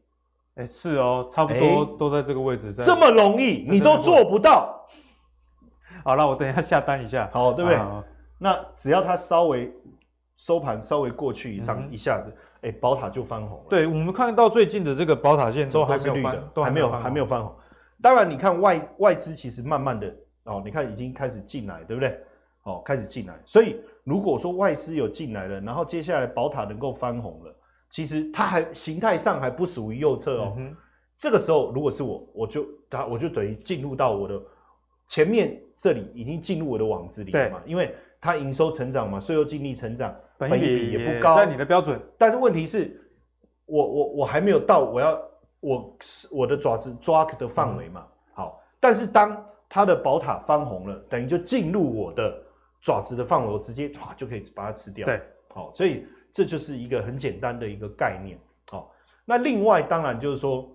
[SPEAKER 1] 哎、哎，是哦，差不多
[SPEAKER 2] 哎
[SPEAKER 1] 都在这个位置。在
[SPEAKER 2] 这么容易，
[SPEAKER 1] 在
[SPEAKER 2] 你
[SPEAKER 1] 这
[SPEAKER 2] 都
[SPEAKER 1] 个
[SPEAKER 2] 做不到，
[SPEAKER 1] 好了，我等一下下单一下，
[SPEAKER 2] 好，对不对？
[SPEAKER 1] 啊
[SPEAKER 2] 那只要它稍微收盘稍微过去一
[SPEAKER 1] 嗯
[SPEAKER 2] 上
[SPEAKER 1] 哼
[SPEAKER 2] 一下子，哎、宝塔就翻红了。，
[SPEAKER 1] 对，我们看到最近的这个宝塔线都还没
[SPEAKER 2] 是
[SPEAKER 1] 有
[SPEAKER 2] 绿
[SPEAKER 1] 翻
[SPEAKER 2] 的，，
[SPEAKER 1] 都
[SPEAKER 2] 还没有
[SPEAKER 1] 翻
[SPEAKER 2] 还没有翻红。当然，你看外外资其实慢慢的哦，你看已经开始进来，对不对？哦，开始进来。所以如果说外资有进来了，然后接下来宝塔能够翻红了，其实它还形态上还不属于右侧哦。
[SPEAKER 1] 嗯哼
[SPEAKER 2] 这个时候如果是我，我就它我就等于进入到我的前面这里已经进入我的网子里了嘛，因为它营收成长嘛，税后净利成长，
[SPEAKER 1] 本益
[SPEAKER 2] 益
[SPEAKER 1] 比
[SPEAKER 2] 也
[SPEAKER 1] 也
[SPEAKER 2] 不高
[SPEAKER 1] 在你的标准。
[SPEAKER 2] 但是问题是，我我我还没有到我要我我的爪子抓的范围嘛。好，但是当它的宝塔翻红了，等于就进入我的爪子的范围，我直接唰就可以把它吃掉。
[SPEAKER 1] 对，
[SPEAKER 2] 好，所以这就是一个很简单的一个概念。好，那另外当然就是说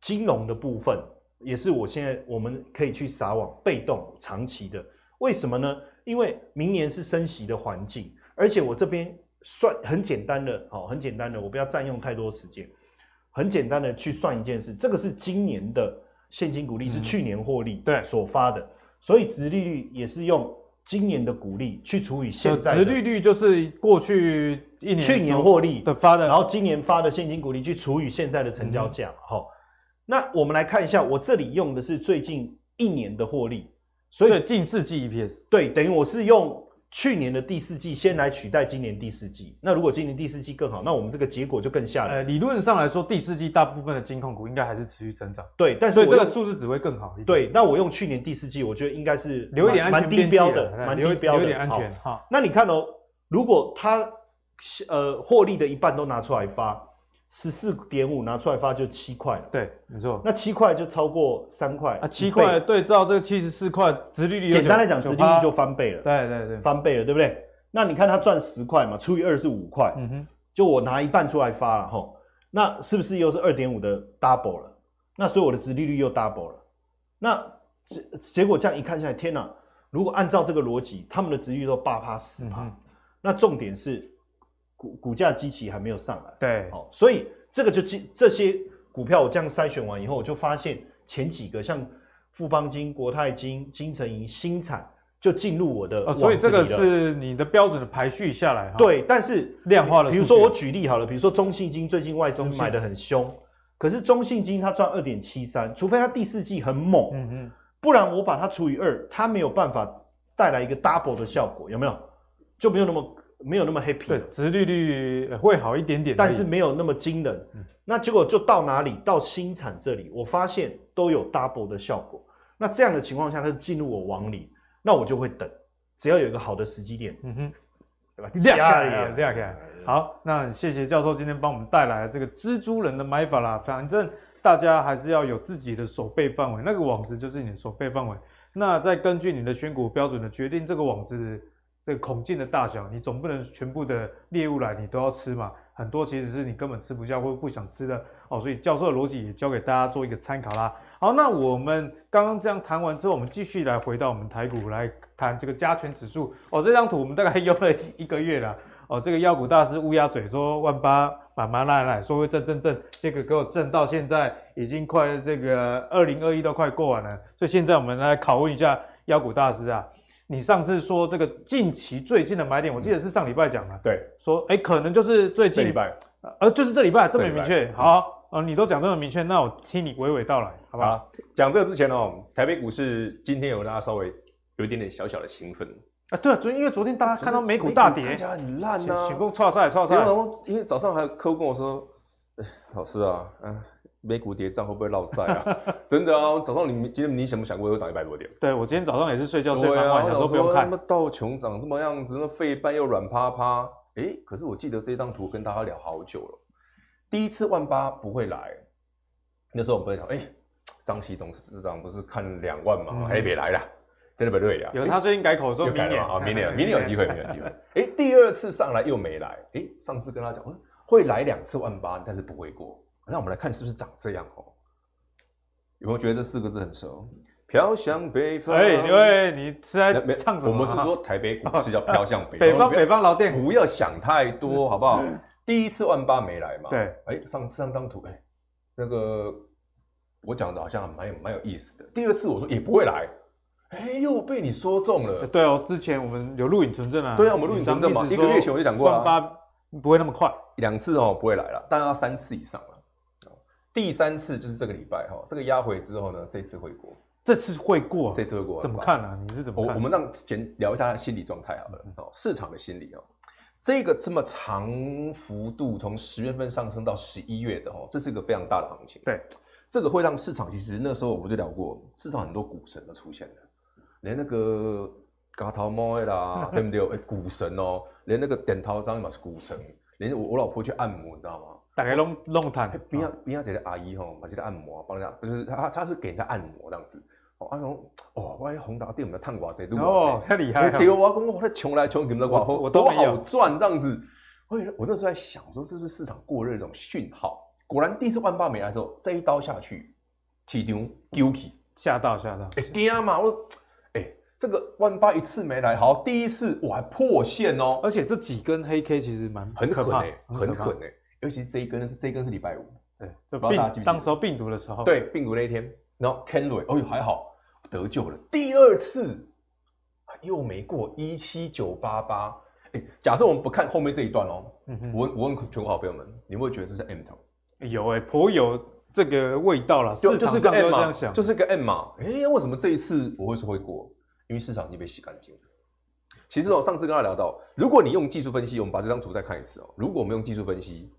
[SPEAKER 2] 金融的部分，也是我现在我们可以去撒网被动长期的。为什么呢？因为明年是升息的环境，而且我这边算很简单的，好，很简单的，我不要占用太多时间，很简单的去算一件事，这个是今年的现金股利是
[SPEAKER 1] 嗯
[SPEAKER 2] 去年获利
[SPEAKER 1] 对
[SPEAKER 2] 所发的，所以值利率也是用今年的股利去除以
[SPEAKER 1] 就
[SPEAKER 2] 现在
[SPEAKER 1] 殖
[SPEAKER 2] 的
[SPEAKER 1] 利率就是过去一年
[SPEAKER 2] 去年获利
[SPEAKER 1] 的 <laughs> 发的，
[SPEAKER 2] 然后今年发的现金股利去除以现在的成交价嘛，
[SPEAKER 1] 嗯
[SPEAKER 2] 哈、那我们来看一下，我这里用的是最近一年的获利，所以
[SPEAKER 1] 对近 E 世纪 EPS
[SPEAKER 2] 对，等于我是用去年的第四季先来取代今年第四季。那如果今年第四季更好，那我们这个结果就更吓人。
[SPEAKER 1] 呃，理论上来说，第四季大部分的金控股应该还是持续增长，
[SPEAKER 2] 对，但是
[SPEAKER 1] 所以
[SPEAKER 2] 我
[SPEAKER 1] 这个
[SPEAKER 2] 用
[SPEAKER 1] 数字只会更好一点。，
[SPEAKER 2] 对，那我用去年第四季，我觉得应该是呃
[SPEAKER 1] 留一点
[SPEAKER 2] 蛮
[SPEAKER 1] 安全
[SPEAKER 2] 蛮低
[SPEAKER 1] 边际
[SPEAKER 2] 标
[SPEAKER 1] 啦
[SPEAKER 2] 的，
[SPEAKER 1] 对
[SPEAKER 2] 蛮
[SPEAKER 1] 留
[SPEAKER 2] 低
[SPEAKER 1] 一
[SPEAKER 2] 标的，
[SPEAKER 1] 留一点安
[SPEAKER 2] 好
[SPEAKER 1] 全哈。
[SPEAKER 2] 那你看哦，如果他呃获利的一半都拿出来发，十四点五拿出来发就七块了。
[SPEAKER 1] 对，没错。
[SPEAKER 2] 那七块就超过三块
[SPEAKER 1] 啊，七
[SPEAKER 2] 一倍
[SPEAKER 1] 块对照这个七十四块，殖利率有
[SPEAKER 2] 简单来
[SPEAKER 1] 9
[SPEAKER 2] 讲，殖利率
[SPEAKER 1] 9%
[SPEAKER 2] 就翻倍了，
[SPEAKER 1] 对对对，
[SPEAKER 2] 翻倍了，对不对？那你看他赚十块嘛，除以二是五块，
[SPEAKER 1] 嗯哼，
[SPEAKER 2] 就我拿一半出来发了吼，那是不是又是二点五的 double 了？那所以我的殖利率又 double 了。那结结果这样一看下来，天哪！如果按照这个逻辑，他们的殖利率都八趴四
[SPEAKER 1] 嗯
[SPEAKER 2] 趴，
[SPEAKER 1] 哼，
[SPEAKER 2] 那重点是股股价基期还没有上来，
[SPEAKER 1] 对，
[SPEAKER 2] 好，哦所以这个就基这些股票我这样筛选完以后，我就发现前几个像富邦金、国泰金、金城银、新产就进入我的
[SPEAKER 1] 哦，
[SPEAKER 2] 网
[SPEAKER 1] 所以这个
[SPEAKER 2] 子里了
[SPEAKER 1] 是你的标准的排序下来哈。，
[SPEAKER 2] 对，但是
[SPEAKER 1] 量化的
[SPEAKER 2] 比如
[SPEAKER 1] 数
[SPEAKER 2] 说
[SPEAKER 1] 据
[SPEAKER 2] 我举例好了，比如说中信金最近外资
[SPEAKER 1] 中信
[SPEAKER 2] 买的很凶，可是中信金它赚二点七三，除非它第四季很猛，
[SPEAKER 1] 嗯哼，
[SPEAKER 2] 不然我把它除以二，它没有办法带来一个 double 的效果，有没有？就没有那么没有那么 happy
[SPEAKER 1] 对
[SPEAKER 2] 了，。
[SPEAKER 1] 殖利率呃会好一点点而已，
[SPEAKER 2] 但是没有那么惊人。那结果就到哪里？到新产这里，我发现都有 double 的效果。那这样的情况下，它就进入我网里，那我就会等，只要有一个好的时机点，
[SPEAKER 1] 嗯哼。
[SPEAKER 2] 对吧？
[SPEAKER 1] 亮
[SPEAKER 2] 家
[SPEAKER 1] 开
[SPEAKER 2] 里
[SPEAKER 1] 来
[SPEAKER 2] 啊
[SPEAKER 1] 了，亮开来。好，那谢谢教授今天帮我们带来这个蜘蛛人的买法啦。反正大家还是要有自己的守备范围，那个网子就是你的守备范围。那再根据你的选股标准的决定这个网子这个孔径的大小，你总不能全部的猎物来你都要吃嘛，很多其实是你根本吃不下或不想吃的哦。所以教授的逻辑也教给大家做一个参考啦。好，那我们刚刚这样谈完之后，我们继续来回到我们台股来谈这个加权指数哦。这张图我们大概用了一个月了哦。这个妖股大师乌鸦嘴说万八慢慢来来，说会震震震，结果给我震到现在已经快这个二零二一都快过完了。所以现在我们来拷问一下妖股大师啊，你上次说这个近期最近的买点，我记得是上礼拜讲的，
[SPEAKER 4] 对，
[SPEAKER 1] 说哎可能就是最
[SPEAKER 4] 这
[SPEAKER 1] 近
[SPEAKER 4] 礼拜
[SPEAKER 1] 呃就是这礼拜这么
[SPEAKER 4] 这礼
[SPEAKER 1] 明
[SPEAKER 4] 拜
[SPEAKER 1] 确，好啊、呃你都讲这么明确，那我听你娓娓道来，好不
[SPEAKER 4] 好
[SPEAKER 1] 好？
[SPEAKER 4] 啦讲这个之前哦，台北股市今天有让大家稍微有一点点小小的兴奋，
[SPEAKER 1] 啊，对啊，昨因为昨天大家看到美股大跌
[SPEAKER 4] 看，起来很烂
[SPEAKER 1] 选
[SPEAKER 4] 啊。
[SPEAKER 1] 选购差赛差赛
[SPEAKER 4] 然，后因为早上还有啊客户跟我说，哎老师啊，啊，美股跌账会不会落赛啊？ <laughs> 真的啊，早上你今天你想不想过又涨一百多点？
[SPEAKER 1] 对我今天早上也是睡觉睡
[SPEAKER 4] 对
[SPEAKER 1] 蛮晚，
[SPEAKER 4] 啊，我
[SPEAKER 1] 想
[SPEAKER 4] 想
[SPEAKER 1] 说不用看
[SPEAKER 4] 那，么道琼长这么样子，那费半又软趴趴。诶，可是我记得这张图跟大家聊好久了，第一次万八不会来，那时候我们不会讲，诶，张其董事长不是看两万
[SPEAKER 1] 嗯
[SPEAKER 4] 嘛，诶，别来了，真的不对呀。
[SPEAKER 1] 有
[SPEAKER 4] 诶
[SPEAKER 1] 他最近改口说
[SPEAKER 4] 又
[SPEAKER 1] 明
[SPEAKER 4] 改了
[SPEAKER 1] 年
[SPEAKER 4] 啊，明年，明年有机会，明年有机会。诶，第二次上来又没来，诶，上次跟他讲，嗯会来两次万八，但是不会过。那我们来看是不是长这样哦？有没有觉得这四个字很熟？飘向北方。
[SPEAKER 1] 哎，喂，你是在
[SPEAKER 4] 那没
[SPEAKER 1] 哎唱什么？啊
[SPEAKER 4] 我们是说台北股市要飘向北
[SPEAKER 1] 北方
[SPEAKER 4] 不要
[SPEAKER 1] 北方老店，
[SPEAKER 4] 不要想太多，好不好？第一次万八没来嘛，
[SPEAKER 1] 对，
[SPEAKER 4] 哎，上次上张图，哎，那个我讲的好像蛮有蛮有意思的。第二次我说也不会来，哎，又被你说中了。
[SPEAKER 1] 对哦，之前我们有录影存证啊。
[SPEAKER 4] 对啊，我们录影存证嘛，一个月前我就讲过
[SPEAKER 1] 万
[SPEAKER 4] 啊，
[SPEAKER 1] 八不会那么快。
[SPEAKER 4] 两次哦不会来了，但要三次以上了。哦第三次就是这个礼拜哈、哦，这个压回之后呢，这次回国，
[SPEAKER 1] 这次会过啊，
[SPEAKER 4] 这次回国
[SPEAKER 1] 怎么
[SPEAKER 4] 好吧
[SPEAKER 1] 看呢、啊？你是怎么
[SPEAKER 4] 我
[SPEAKER 1] 看？
[SPEAKER 4] 我们让简聊一下他的心理状态好了，哦，市场的心理哦，这个这么长幅度从十月份上升到十一月的哦，这是一个非常大的行情。
[SPEAKER 1] 对，
[SPEAKER 4] 这个会让市场其实那时候我们就聊过，市场很多股神都出现了，连那个嘎桃猫
[SPEAKER 1] <laughs>
[SPEAKER 4] 的啦，对不对？哎，股神哦，连那个点头张嘛是股神，连我我老婆去按摩，你知道吗？
[SPEAKER 1] 大概弄弄谈哦
[SPEAKER 4] 哎，，边啊边啊，这个阿姨吼，把这个按摩帮人家，就是她她是给人家按摩这样子。哦，阿龙，哦，我红达店我们烫过这，撸
[SPEAKER 1] 哦
[SPEAKER 4] 过，
[SPEAKER 1] 太
[SPEAKER 4] <laughs>
[SPEAKER 1] 厉害 <laughs>
[SPEAKER 4] 这，对，
[SPEAKER 1] 了。
[SPEAKER 4] 哎我要跟我那穷来穷去，你们
[SPEAKER 1] 我
[SPEAKER 4] 我
[SPEAKER 1] 我
[SPEAKER 4] 我
[SPEAKER 1] 都
[SPEAKER 4] 多
[SPEAKER 1] 没有
[SPEAKER 4] 好赚这样子。我以为我那时候在想说，这是不是市场过热的一种讯号？果然第一次万八没来的时候，这一刀下去，市场丢起，
[SPEAKER 1] 吓到吓到，
[SPEAKER 4] 哎惊嘛！我哎、这个万八一次没来，好，第一次我还破线哦，
[SPEAKER 1] 而且这几根黑 K 其实蛮
[SPEAKER 4] 很
[SPEAKER 1] 哎可
[SPEAKER 4] 狠
[SPEAKER 1] 怕
[SPEAKER 4] 哎、，很
[SPEAKER 1] 可怕
[SPEAKER 4] 狠哎、尤其这一根是这一根是礼拜五，
[SPEAKER 1] 对，就
[SPEAKER 4] 不知道大家记不
[SPEAKER 1] 病
[SPEAKER 4] 记得
[SPEAKER 1] 当时候病毒的时候，，
[SPEAKER 4] 对，病毒那一天，然后 Kenway，哦呦还好得救了。第二次啊又没过一七九八八，哎，假设我们不看后面这一段哦，
[SPEAKER 1] 嗯哼，
[SPEAKER 4] 我问我问全国好朋友们，你们会觉得这是 M 头？
[SPEAKER 1] 有哎、颇有这个味道了，
[SPEAKER 4] 就
[SPEAKER 1] 市
[SPEAKER 4] 就
[SPEAKER 1] 场
[SPEAKER 4] 是
[SPEAKER 1] 上
[SPEAKER 4] 个
[SPEAKER 1] 都会
[SPEAKER 4] M
[SPEAKER 1] 这
[SPEAKER 4] 嘛，
[SPEAKER 1] 样想，
[SPEAKER 4] 就、是个 M 嘛。哎，为什么这一次我会说会过？因为市场已经被洗干净了。其实哦，上次跟他聊到，如果你用技术分析，我们把这张图再看一次哦。如果我们用技术分析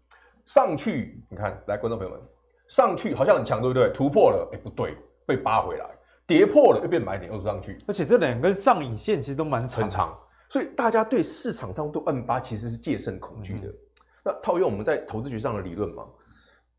[SPEAKER 4] 上去，你看，来观众朋友们，上去好像很强，对不对？突破了，哎，不对，被扒回来，跌破了又变买点，又上去，
[SPEAKER 1] 而且这两根上影线其实都蛮长，
[SPEAKER 4] 很长。所以大家对市场上对 N 八其实是戒慎恐惧的。
[SPEAKER 1] 嗯
[SPEAKER 4] 那套用我们在投资学上的理论嘛，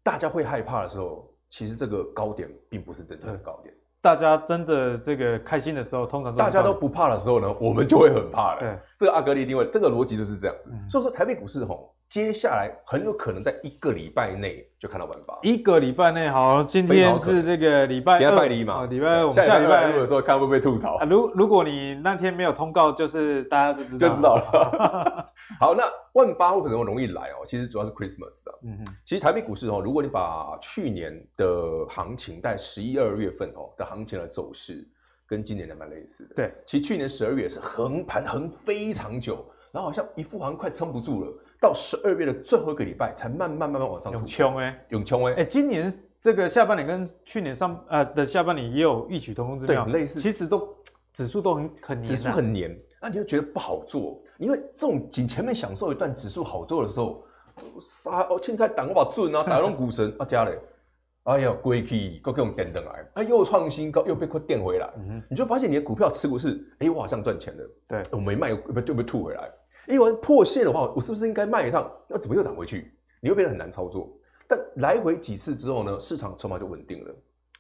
[SPEAKER 4] 大家会害怕的时候，其实这个高点并不是真正的高点。
[SPEAKER 1] 大家真的这个开心的时候，通常
[SPEAKER 4] 大家都
[SPEAKER 1] 是
[SPEAKER 4] 不怕的时候呢，我们就会很怕了。
[SPEAKER 1] 对，
[SPEAKER 4] 这个阿格力定位，这个逻辑就是这样子。
[SPEAKER 1] 嗯
[SPEAKER 4] 所以说，台北股市吼，接下来很有可能在一个礼拜内就看到万八。
[SPEAKER 1] 一个礼拜内好，今天是这个礼拜
[SPEAKER 4] 等一
[SPEAKER 1] 二，
[SPEAKER 4] 下拜一嘛，
[SPEAKER 1] 哦礼拜二，我们
[SPEAKER 4] 下
[SPEAKER 1] 下
[SPEAKER 4] 礼
[SPEAKER 1] 礼
[SPEAKER 4] 拜二
[SPEAKER 1] 拜
[SPEAKER 4] 的时候看会不会被吐槽
[SPEAKER 1] 啊，，如如果你那天没有通告，就是大家就知道
[SPEAKER 4] 就知道，了。好，那万八为什么容易来哦？其实主要是 Christmas 啊。
[SPEAKER 1] 嗯哼，
[SPEAKER 4] 其实台北股市哦，如果你把去年的行情在十一二月份哦的行情的走势，跟今年的蛮类似的。
[SPEAKER 1] 对，
[SPEAKER 4] 其实去年十二月是横盘横非常久，然后好像一副好像快撑不住了，到十二月的最后一个礼拜才慢慢慢慢往上突
[SPEAKER 1] 永
[SPEAKER 4] 破。
[SPEAKER 1] 琼哎、
[SPEAKER 4] 永琼哎、
[SPEAKER 1] 哎、今年这个下半年跟去年上呃的下半年也有异曲同工之妙，
[SPEAKER 4] 对类似
[SPEAKER 1] 其实都指数都很很黏
[SPEAKER 4] 指
[SPEAKER 1] 啊
[SPEAKER 4] 数很黏，那你就觉得不好做，因为这种仅前面享受一段指数好做的时候，杀哦青菜挡我把准啊，打龙
[SPEAKER 1] <laughs>
[SPEAKER 4] 股神啊加嘞，哎呀归去，又给我们点等来，哎又创新高，又被快垫回来，
[SPEAKER 1] 嗯哼，
[SPEAKER 4] 你就发现你的股票持股是，哎、我好像赚钱了，
[SPEAKER 1] 对
[SPEAKER 4] 我没卖，又被又被吐回来。哎，我破线的话，我是不是应该卖一趟？那怎么又涨回去？你会变得很难操作。但来回几次之后呢，市场筹码就稳定了，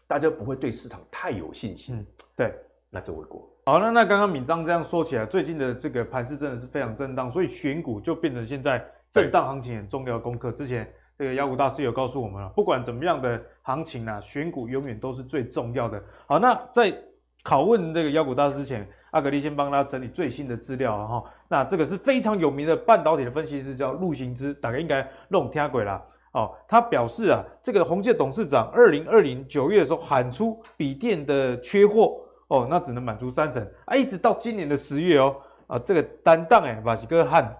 [SPEAKER 4] 大家不会对市场太有信心，
[SPEAKER 1] 嗯对。
[SPEAKER 4] 那就会过。
[SPEAKER 1] 好，那那刚刚敏章这样说起来，最近的这个盘势真的是非常震荡，所以选股就变成现在震荡行情很重要的功课。之前这个妖股大师有告诉我们了，不管怎么样的行情啊，选股永远都是最重要的。好，那在拷问这个妖股大师之前，阿格力先帮大家整理最新的资料啊，然后那这个是非常有名的半导体的分析师，叫陆行之，大概应该弄听鬼啦。哦，他表示啊，这个宏界董事长二零二零九月的时候喊出笔电的缺货哦，那只能满足三成啊，一直到今年的十月哦，啊，这个担当哎，马西哥汉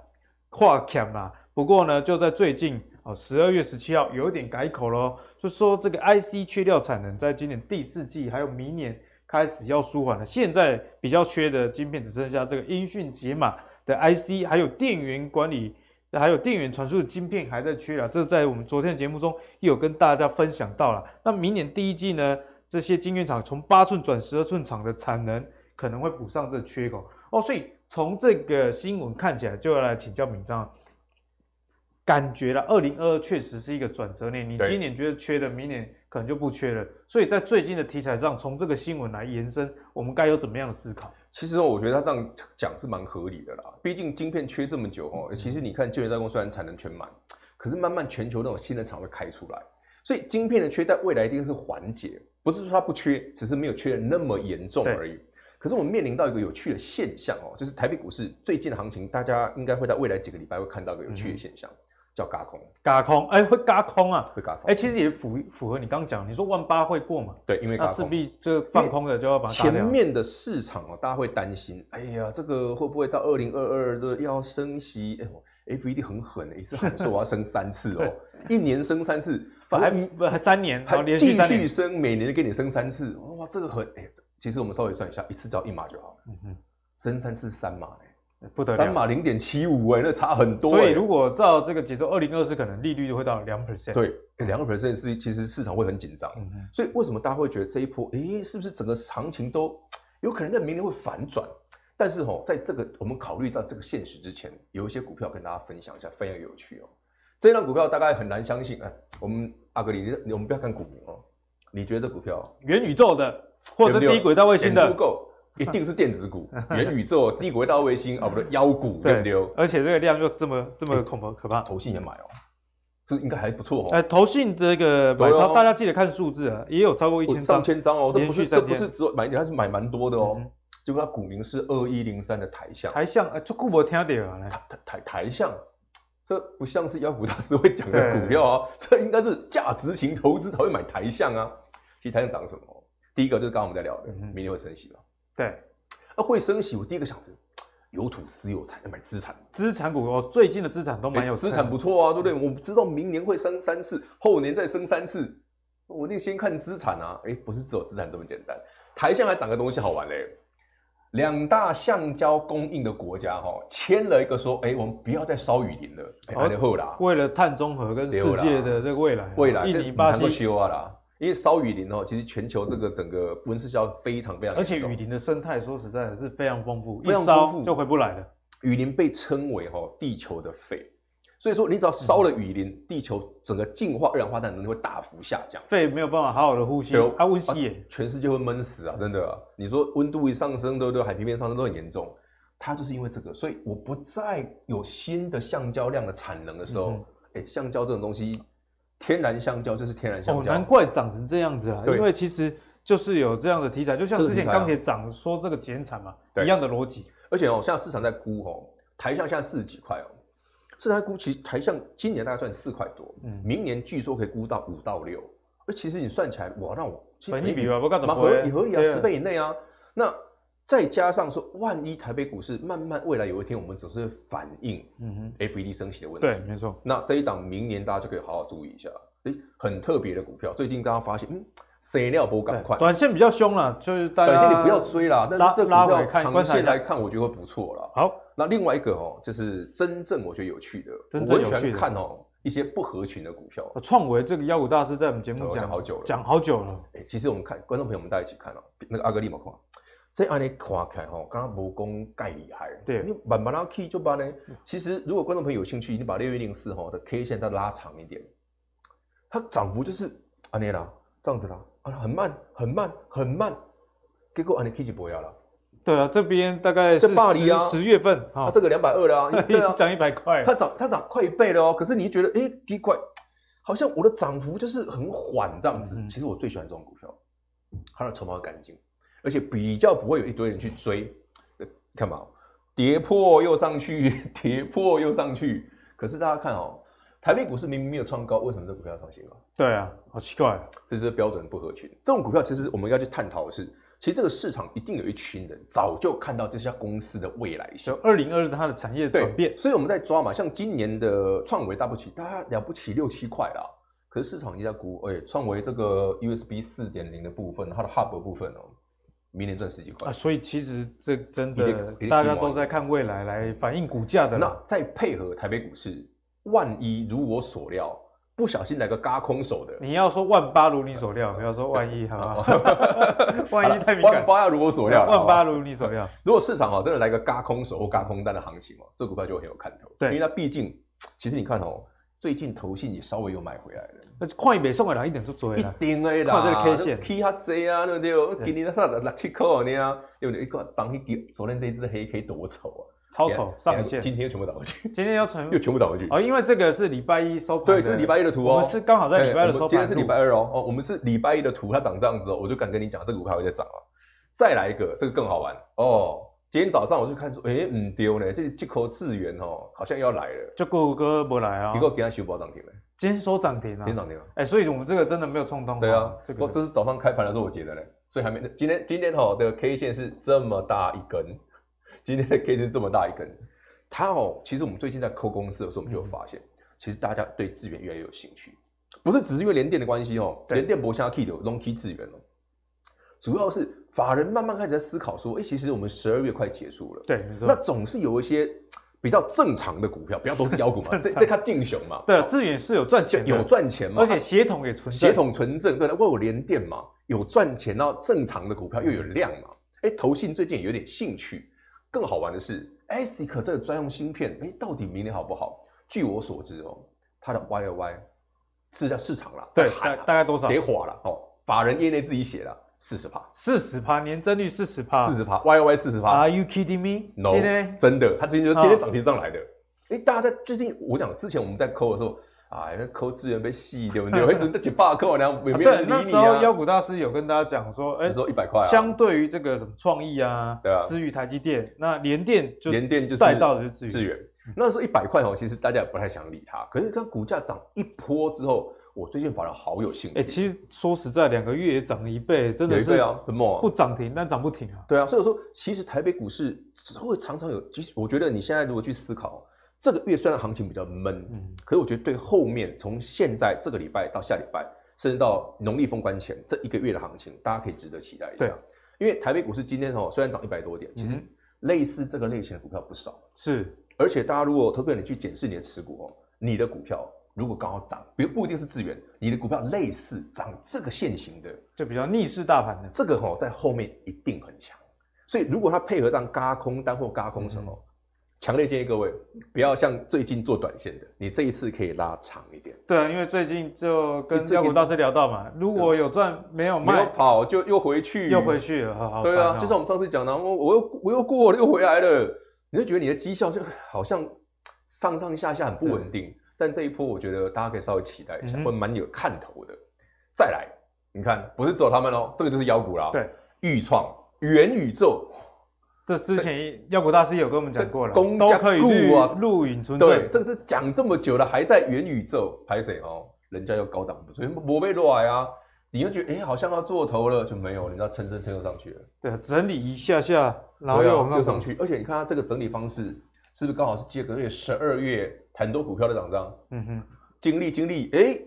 [SPEAKER 1] 话砍啦。啊不过呢，就在最近哦，十二月十七号有一点改口喽，就说这个 IC 缺料产能在今年第四季还有明年开始要舒缓了。现在比较缺的晶片只剩下这个音讯解码的 IC，还有电源管理还有电源传输的晶片还在缺啊，这在我们昨天的节目中也有跟大家分享到了。那明年第一季呢，这些晶圆厂从八寸转十二寸厂的产能可能会补上这缺口哦，所以从这个新闻看起来，就要来请教敏章了，感觉了二零二二确实是一个转折年，你
[SPEAKER 4] 对
[SPEAKER 1] 今年觉得缺的，明年可能就不缺了，所以在最近的题材上，从这个新闻来延伸，我们该有怎么样的思考？
[SPEAKER 4] 其实哦我觉得他这样讲是蛮合理的啦。毕竟晶片缺这么久
[SPEAKER 1] 嗯
[SPEAKER 4] 哦，其实你看晶圆代工虽然产能全满，可是慢慢全球那种新的厂会开出来，所以晶片的缺在未来一定是缓解，不是说它不缺，只是没有缺的那么严重
[SPEAKER 1] 对
[SPEAKER 4] 而已。可是我们面临到一个有趣的
[SPEAKER 1] 嗯
[SPEAKER 4] 现象哦，就是台北股市最近的行情，大家应该会在未来几个礼拜会看到一个有趣的现象，叫嘎空，
[SPEAKER 1] 嘎空，哎、会嘎空啊，
[SPEAKER 4] 会嘎空。
[SPEAKER 1] 哎、其实也符符合你刚刚讲，你说万八会过嘛，
[SPEAKER 4] 对，因为
[SPEAKER 1] 那
[SPEAKER 4] 嘎
[SPEAKER 1] 势
[SPEAKER 4] 空。
[SPEAKER 1] 必这个放空的就要把它打
[SPEAKER 4] 前
[SPEAKER 1] 掉。
[SPEAKER 4] 面的市场哦，大家会担心，哎呀，这个会不会到二零二二的要升息？哎我，FED 很狠的，一次喊说我要升三次
[SPEAKER 1] <laughs>
[SPEAKER 4] 哦，一年升三次，
[SPEAKER 1] 反还
[SPEAKER 4] 我
[SPEAKER 1] 不还三年，然后连续
[SPEAKER 4] 继
[SPEAKER 1] 三
[SPEAKER 4] 续
[SPEAKER 1] 年，
[SPEAKER 4] 升，每年给你升三次，哇，这个很哎，这其实我们稍微算一下，一次只要一码就好了，
[SPEAKER 1] 嗯
[SPEAKER 4] 升三次三码哎，
[SPEAKER 1] 哼，不得
[SPEAKER 4] 三
[SPEAKER 1] 了。
[SPEAKER 4] 码零点七五哎，那差很多哎。
[SPEAKER 1] 所以如果照这个节奏，二零二四可能利率就会到两 percent。，
[SPEAKER 4] 对两个 percent 是其实市场会很紧张，
[SPEAKER 1] 嗯哼，
[SPEAKER 4] 所以为什么大家会觉得这一波，诶，是不是整个行情都有可能在明年会反转？但是哦，在这个我们考虑到这个现实之前，有一些股票跟大家分享一下，非常有趣哦。这张股票大概很难相信，哎，我们阿格里，你我们不要看股民哦，你觉得这股票
[SPEAKER 1] 元宇宙的或者
[SPEAKER 4] 有没有
[SPEAKER 1] 低轨道卫星的，
[SPEAKER 4] Google 一定是电子股、元宇宙、低轨道卫星啊，不对，妖股对不对？
[SPEAKER 1] 而且这个量又这么这
[SPEAKER 4] 哎
[SPEAKER 1] 么恐怖可怕。
[SPEAKER 4] 投信也买哦，这应该还不错哦。
[SPEAKER 1] 呃，投信这个买
[SPEAKER 4] 对啊
[SPEAKER 1] 超，大家记得看数字啊，也有超过一
[SPEAKER 4] 哦
[SPEAKER 1] 千
[SPEAKER 4] 上
[SPEAKER 1] 张。
[SPEAKER 4] 千张哦，这
[SPEAKER 1] 连
[SPEAKER 4] 不
[SPEAKER 1] 续
[SPEAKER 4] 是
[SPEAKER 1] 三
[SPEAKER 4] 这不
[SPEAKER 1] 天
[SPEAKER 4] 是只有买一点，它是买蛮多的哦。
[SPEAKER 1] 嗯哼
[SPEAKER 4] 结果它股民是二一零三的台象，
[SPEAKER 1] 台像，呃，就顾博听到啊，
[SPEAKER 4] 台台台台象，这不像是妖股大师会讲的
[SPEAKER 1] 对
[SPEAKER 4] 股票
[SPEAKER 1] 嗯
[SPEAKER 4] 啊， <laughs> 这应该是价值型投资才会买台象啊。其实台象涨什么？第一个就是刚刚我们在聊的，
[SPEAKER 1] 嗯哼
[SPEAKER 4] 明年会升息嘛？
[SPEAKER 1] 对，
[SPEAKER 4] 啊，会升息，我第一个想着有土司有财，要买资产，
[SPEAKER 1] 资产股，哦，最近的资产都蛮有
[SPEAKER 4] 哎资
[SPEAKER 1] 的嗯
[SPEAKER 4] 产不错啊，对不对？我们知道明年会升三次，后年再升三次，我一定先看资产啊。哎，不是只有资产这么简单，台下还涨个东西好玩嘞。两大橡胶供应的国家哈、哦，签了一个说，哎，我们不要再烧雨林了，哎，
[SPEAKER 1] 哦
[SPEAKER 4] 安内后啦，
[SPEAKER 1] 为了碳中和跟世界的这个未来啊，
[SPEAKER 4] 未来
[SPEAKER 1] 印
[SPEAKER 4] 这
[SPEAKER 1] 尼、巴
[SPEAKER 4] 不能够
[SPEAKER 1] 西，
[SPEAKER 4] 修啊啦，因为烧雨林哦，其实全球这个整个温室效应非常非常
[SPEAKER 1] 而
[SPEAKER 4] 严
[SPEAKER 1] 且
[SPEAKER 4] 重，
[SPEAKER 1] 雨林的生态说实在的是非常丰富，
[SPEAKER 4] 非常
[SPEAKER 1] 一烧
[SPEAKER 4] 丰富
[SPEAKER 1] 就回不来了。
[SPEAKER 4] 雨林被称为哈、地球的肺，所以说你只要烧了雨林，地球整个净化二氧化碳能力会大幅下降。
[SPEAKER 1] 肺没有办法好好的呼吸
[SPEAKER 4] 对哦，
[SPEAKER 1] 它温吸耶，
[SPEAKER 4] 全世界会闷死啊！真的、啊，你说温度一上升，对不对？海平面上升都很严重，它就是因为这个，所以我不再有新的橡胶量的产能的时候，
[SPEAKER 1] 嗯
[SPEAKER 4] 哎、橡胶这种东西，天然橡胶就是天然
[SPEAKER 1] 哦
[SPEAKER 4] 橡，胶，
[SPEAKER 1] 难怪长成这样子啊，
[SPEAKER 4] 对
[SPEAKER 1] 因为其实就是有这样的题材，就像
[SPEAKER 4] 这个
[SPEAKER 1] 之
[SPEAKER 4] 题
[SPEAKER 1] 前
[SPEAKER 4] 材啊
[SPEAKER 1] 钢铁涨说这个减产嘛，
[SPEAKER 4] 对
[SPEAKER 1] 一样的逻辑。
[SPEAKER 4] 而且哦，现在市场在估哦，台象现在四十几块哦，市场在估，其实台象今年大概赚四块多，
[SPEAKER 1] 嗯
[SPEAKER 4] 明年据说可以估到五到六，而其实你算起来，哇，那我其实
[SPEAKER 1] 本益比吧不知道怎么
[SPEAKER 4] 蛮合
[SPEAKER 1] 回
[SPEAKER 4] 也合理啊，
[SPEAKER 1] 对啊
[SPEAKER 4] 十倍以内啊。那再加上说，万一台北股市慢慢未来有一天，我们只是反映
[SPEAKER 1] 嗯哼，
[SPEAKER 4] FED 升息的问题，
[SPEAKER 1] 对，没错。
[SPEAKER 4] 那这一档明年大家就可以好好注意一下，诶，很特别的股票，最近大家发现，嗯，谁料不赶快
[SPEAKER 1] 对，短线比较凶了，就是大家
[SPEAKER 4] 短线你不要追啦，但
[SPEAKER 1] 拉
[SPEAKER 4] 是这股
[SPEAKER 1] 拉回
[SPEAKER 4] 票
[SPEAKER 1] 看
[SPEAKER 4] 长
[SPEAKER 1] 观察一
[SPEAKER 4] 线
[SPEAKER 1] 下
[SPEAKER 4] 来看，我觉得会不错啦。
[SPEAKER 1] 好，
[SPEAKER 4] 那另外一个哦，就是真正我觉得有趣的，
[SPEAKER 1] 真正有
[SPEAKER 4] 我
[SPEAKER 1] 趣的
[SPEAKER 4] 很喜欢看哦一些不合群的股票。
[SPEAKER 1] 创维这个妖股大师在我们节目
[SPEAKER 4] 对我
[SPEAKER 1] 讲
[SPEAKER 4] 讲好久了
[SPEAKER 1] 讲好久了。
[SPEAKER 4] 哎、其实我们看观众朋友们大家一起看哦，那个阿格利马看，这案例看开哦，刚刚无讲盖厉害，
[SPEAKER 1] 对
[SPEAKER 4] 你慢慢拉 K 就把呢。其实如果观众朋友有兴趣，你把六一零四哈哦的 K 线再拉长一点，它涨幅就是安尼啦，这样子啦，啊很慢很慢很慢，结果安尼 K 就不要了，
[SPEAKER 1] 对啊，这边大概是
[SPEAKER 4] 在巴黎啊
[SPEAKER 1] 十十月份
[SPEAKER 4] 它、
[SPEAKER 1] 啊，
[SPEAKER 4] 这个两百二了啊，
[SPEAKER 1] 已
[SPEAKER 4] 对啊
[SPEAKER 1] 经 <laughs> 涨一百块了。
[SPEAKER 4] 它涨它涨快一倍了哦，可是你觉得哎奇怪，好像我的涨幅就是很缓这样子。
[SPEAKER 1] 嗯哼
[SPEAKER 4] 其实我最喜欢这种股票，它的筹码干净，而且比较不会有一堆人去追，呃看嘛，跌破又上去， <laughs> 跌破又上去。可是大家看哦，台北股市明明没有创高，为什么这股票要上新高？
[SPEAKER 1] 对啊，好奇怪。
[SPEAKER 4] 这就是标准不合群。这种股票其实我们要去探讨的是，其实这个市场一定有一群人早就看到这家公司的未来性
[SPEAKER 1] 就。二零二它的产业
[SPEAKER 4] 对
[SPEAKER 1] 转变，
[SPEAKER 4] 所以我们在抓嘛，像今年的创维大不起，大家了不起六七块啦。可是市场已经在估，哎、创维这个 USB 四点零的部分，它的 Hub 的部分哦，明年赚十几块。
[SPEAKER 1] 啊，所以其实这真
[SPEAKER 4] 一定
[SPEAKER 1] 的
[SPEAKER 4] 一定
[SPEAKER 1] 大家
[SPEAKER 4] 提高
[SPEAKER 1] 都在看未来来反映股价的啦
[SPEAKER 4] 那。再配合台北股市，万一如我所料，不小心来个嘎空手的，
[SPEAKER 1] 你要说万八如你所料，不要说万一，好不好？
[SPEAKER 4] 好 <laughs>
[SPEAKER 1] 万一
[SPEAKER 4] 了
[SPEAKER 1] 太敏
[SPEAKER 4] 万
[SPEAKER 1] 感，
[SPEAKER 4] 八要如我所料啦，
[SPEAKER 1] 万八
[SPEAKER 4] 好吧
[SPEAKER 1] 如你所料。
[SPEAKER 4] 如果市场哦真的来个嘎空手或嘎空单的行情哦，这股票就会很有看头。
[SPEAKER 1] 对
[SPEAKER 4] 因为它毕竟，其实你看哦，最近投信也稍微有买回来了。
[SPEAKER 1] 那看一北送给人一点就追
[SPEAKER 4] 一
[SPEAKER 1] 了，
[SPEAKER 4] 定的啦，
[SPEAKER 1] 看这个 K 线
[SPEAKER 4] 起较济啊，对不对？我今年才六六七块而已啊，对不对？你看涨一个，昨天这一只黑 K 多丑啊，
[SPEAKER 1] 超丑上影线。
[SPEAKER 4] 今天又全部涨
[SPEAKER 1] <laughs>
[SPEAKER 4] 回去，
[SPEAKER 1] 今天要存
[SPEAKER 4] 又全部涨回去。
[SPEAKER 1] 哦，因为这个是礼拜一收盘的，
[SPEAKER 4] 对，这是礼拜一的图哦，
[SPEAKER 1] 我们是刚好在礼拜二的
[SPEAKER 4] 哎
[SPEAKER 1] 收盘，
[SPEAKER 4] 我们今天是礼拜，二哦，哦，我们是礼拜一的图，它长这样子哦，我就敢跟你讲，这个股票还会再涨啊。再来一个，这个更好玩哦，今天早上我就看说，哎、嗯丢呢，这这口智源哦，好像要来了，
[SPEAKER 1] 就谷歌不来啊
[SPEAKER 4] 你给，我给他修包涨停了，
[SPEAKER 1] 今天收涨停啊
[SPEAKER 4] 今，天涨停了。
[SPEAKER 1] 哎、所以我们这个真的没有冲动。
[SPEAKER 4] 对啊，
[SPEAKER 1] 这个
[SPEAKER 4] 我这是早上开盘的时候我截的嘞，所以还没。今天今天哈的 K 线是这么大一根， <laughs> 今天的 K 线这么大一根，它哦，其实我们最近在抠公司的时候，我们就有发现，
[SPEAKER 1] 嗯
[SPEAKER 4] 其实大家对资源越来越有兴趣，不是只是因为联电的关系哦，
[SPEAKER 1] 对
[SPEAKER 4] 联电博下 key 的 long key 资源哦，主要是法人慢慢开始在思考说，哎、其实我们十二月快结束了，
[SPEAKER 1] 对，没
[SPEAKER 4] 那
[SPEAKER 1] 错。
[SPEAKER 4] 总是有一些比较正常的股票，不要都是妖股
[SPEAKER 1] <laughs>
[SPEAKER 4] 嘛，
[SPEAKER 1] 正
[SPEAKER 4] 这
[SPEAKER 1] 常
[SPEAKER 4] 这它进熊嘛，
[SPEAKER 1] 对，致远是有赚
[SPEAKER 4] 就
[SPEAKER 1] 钱的，
[SPEAKER 4] 有，赚钱嘛，
[SPEAKER 1] 而且协同也存在。
[SPEAKER 4] 协同纯正，对的，为我连电嘛，有赚钱，然后正常的股票又有量嘛。哎，投信最近也有点兴趣。更好玩的是，ASIC 这个专用芯片，哎，到底明年好不好？据我所知哦，它的 YOY 是在市场啦，
[SPEAKER 1] 对，
[SPEAKER 4] 在
[SPEAKER 1] 大
[SPEAKER 4] 喊啦
[SPEAKER 1] 大概多少
[SPEAKER 4] 跌？垮了哦，法人业内自己写了四十趴，
[SPEAKER 1] 四十趴，年增率四十趴。
[SPEAKER 4] 四十趴，YOY 四十趴
[SPEAKER 1] ，Are you kidding me？
[SPEAKER 4] ，no，
[SPEAKER 1] 今天
[SPEAKER 4] 真的，它最近就今
[SPEAKER 1] 哦
[SPEAKER 4] 天涨停上来的。哎，大家在最近，我讲之前我们在抠的时候。哎，那抠资源被吸对不对？我一直在几把扣，然后有
[SPEAKER 1] 啊
[SPEAKER 4] 没有
[SPEAKER 1] 对，
[SPEAKER 4] 人理
[SPEAKER 1] 那
[SPEAKER 4] 你
[SPEAKER 1] 时候
[SPEAKER 4] 啊？
[SPEAKER 1] 妖股大师有跟大家讲说，哎、
[SPEAKER 4] 你说一百块啊，
[SPEAKER 1] 相对于这个什么创意啊，
[SPEAKER 4] 对啊
[SPEAKER 1] 至于台积电，那联电就
[SPEAKER 4] 联电就是
[SPEAKER 1] 带到的就是
[SPEAKER 4] 资
[SPEAKER 1] 资源，
[SPEAKER 4] 源。那时候一百块哦，其实大家也不太想理它。可是当股价涨一波之后，我最近反而好有兴趣。
[SPEAKER 1] 哎、其实说实在，两个月也涨了一倍，真
[SPEAKER 4] 有
[SPEAKER 1] 的
[SPEAKER 4] 一
[SPEAKER 1] 是
[SPEAKER 4] 倍啊，很猛啊。
[SPEAKER 1] 不涨停但涨不停啊。
[SPEAKER 4] 对啊，所以我说，其实台北股市会常常有，其实我觉得你现在如果去思考，这个月虽然行情比较闷，
[SPEAKER 1] 嗯
[SPEAKER 4] 可是我觉得对后面从现在这个礼拜到下礼拜，甚至到农历封关前这一个月的行情，大家可以值得期待一下
[SPEAKER 1] 对。
[SPEAKER 4] 因为台北股市今天哦，虽然涨一百多点，其
[SPEAKER 1] 嗯
[SPEAKER 4] 实
[SPEAKER 1] 哼
[SPEAKER 4] 类似这个类型的股票不少。
[SPEAKER 1] 是，
[SPEAKER 4] 而且大家如果投票，你去检视你的持股哦，你的股票如果刚好涨，不不一定是资源，你的股票类似涨这个现行的，
[SPEAKER 1] 就比较逆势大盘的。
[SPEAKER 4] 这个哦在后面一定很强。所以如果它配合上嘎空单或嘎空什
[SPEAKER 1] 嗯
[SPEAKER 4] 么，强烈建议各位不要像最近做短线的，你这一次可以拉长一点，
[SPEAKER 1] 对啊，因为最近就跟
[SPEAKER 4] 最近
[SPEAKER 1] 妖股大师聊到嘛，如果有赚没有
[SPEAKER 4] 没有
[SPEAKER 1] 卖，
[SPEAKER 4] 跑就又回去，
[SPEAKER 1] 又回。去了，好好
[SPEAKER 4] 对
[SPEAKER 1] 烦
[SPEAKER 4] 啊，
[SPEAKER 1] 哦
[SPEAKER 4] 就像我们上次讲的，我我又我又过了又回来了，你就觉得你的绩效就好像上上下下很不稳定。但这一波，我觉得大家可以稍微期待一下，
[SPEAKER 1] 嗯哼
[SPEAKER 4] 会蛮有看头的。再来，你看，不是走他们哦，这个就是妖股啦。
[SPEAKER 1] 对，
[SPEAKER 4] 预创、元宇宙，
[SPEAKER 1] 这之前妖股大师有跟我们讲过了，
[SPEAKER 4] 这公
[SPEAKER 1] 都
[SPEAKER 4] 家
[SPEAKER 1] 可以
[SPEAKER 4] 顾
[SPEAKER 1] 录
[SPEAKER 4] 啊
[SPEAKER 1] 录影存证，，
[SPEAKER 4] 对这个是讲这么久了，还在元宇宙排水哦，人家又高档不所以没被落来啊。你就觉得哎、好像要做头了，就没有，人家蹭蹭蹭又上去了。
[SPEAKER 1] 对，整理一下下，然后
[SPEAKER 4] 对啊
[SPEAKER 1] 又
[SPEAKER 4] 又
[SPEAKER 1] 往
[SPEAKER 4] 上，去，而且你看它这个整理方式，是不是刚好是接个月十二月很多股票的涨涨，
[SPEAKER 1] 嗯哼，
[SPEAKER 4] 经历经历，哎，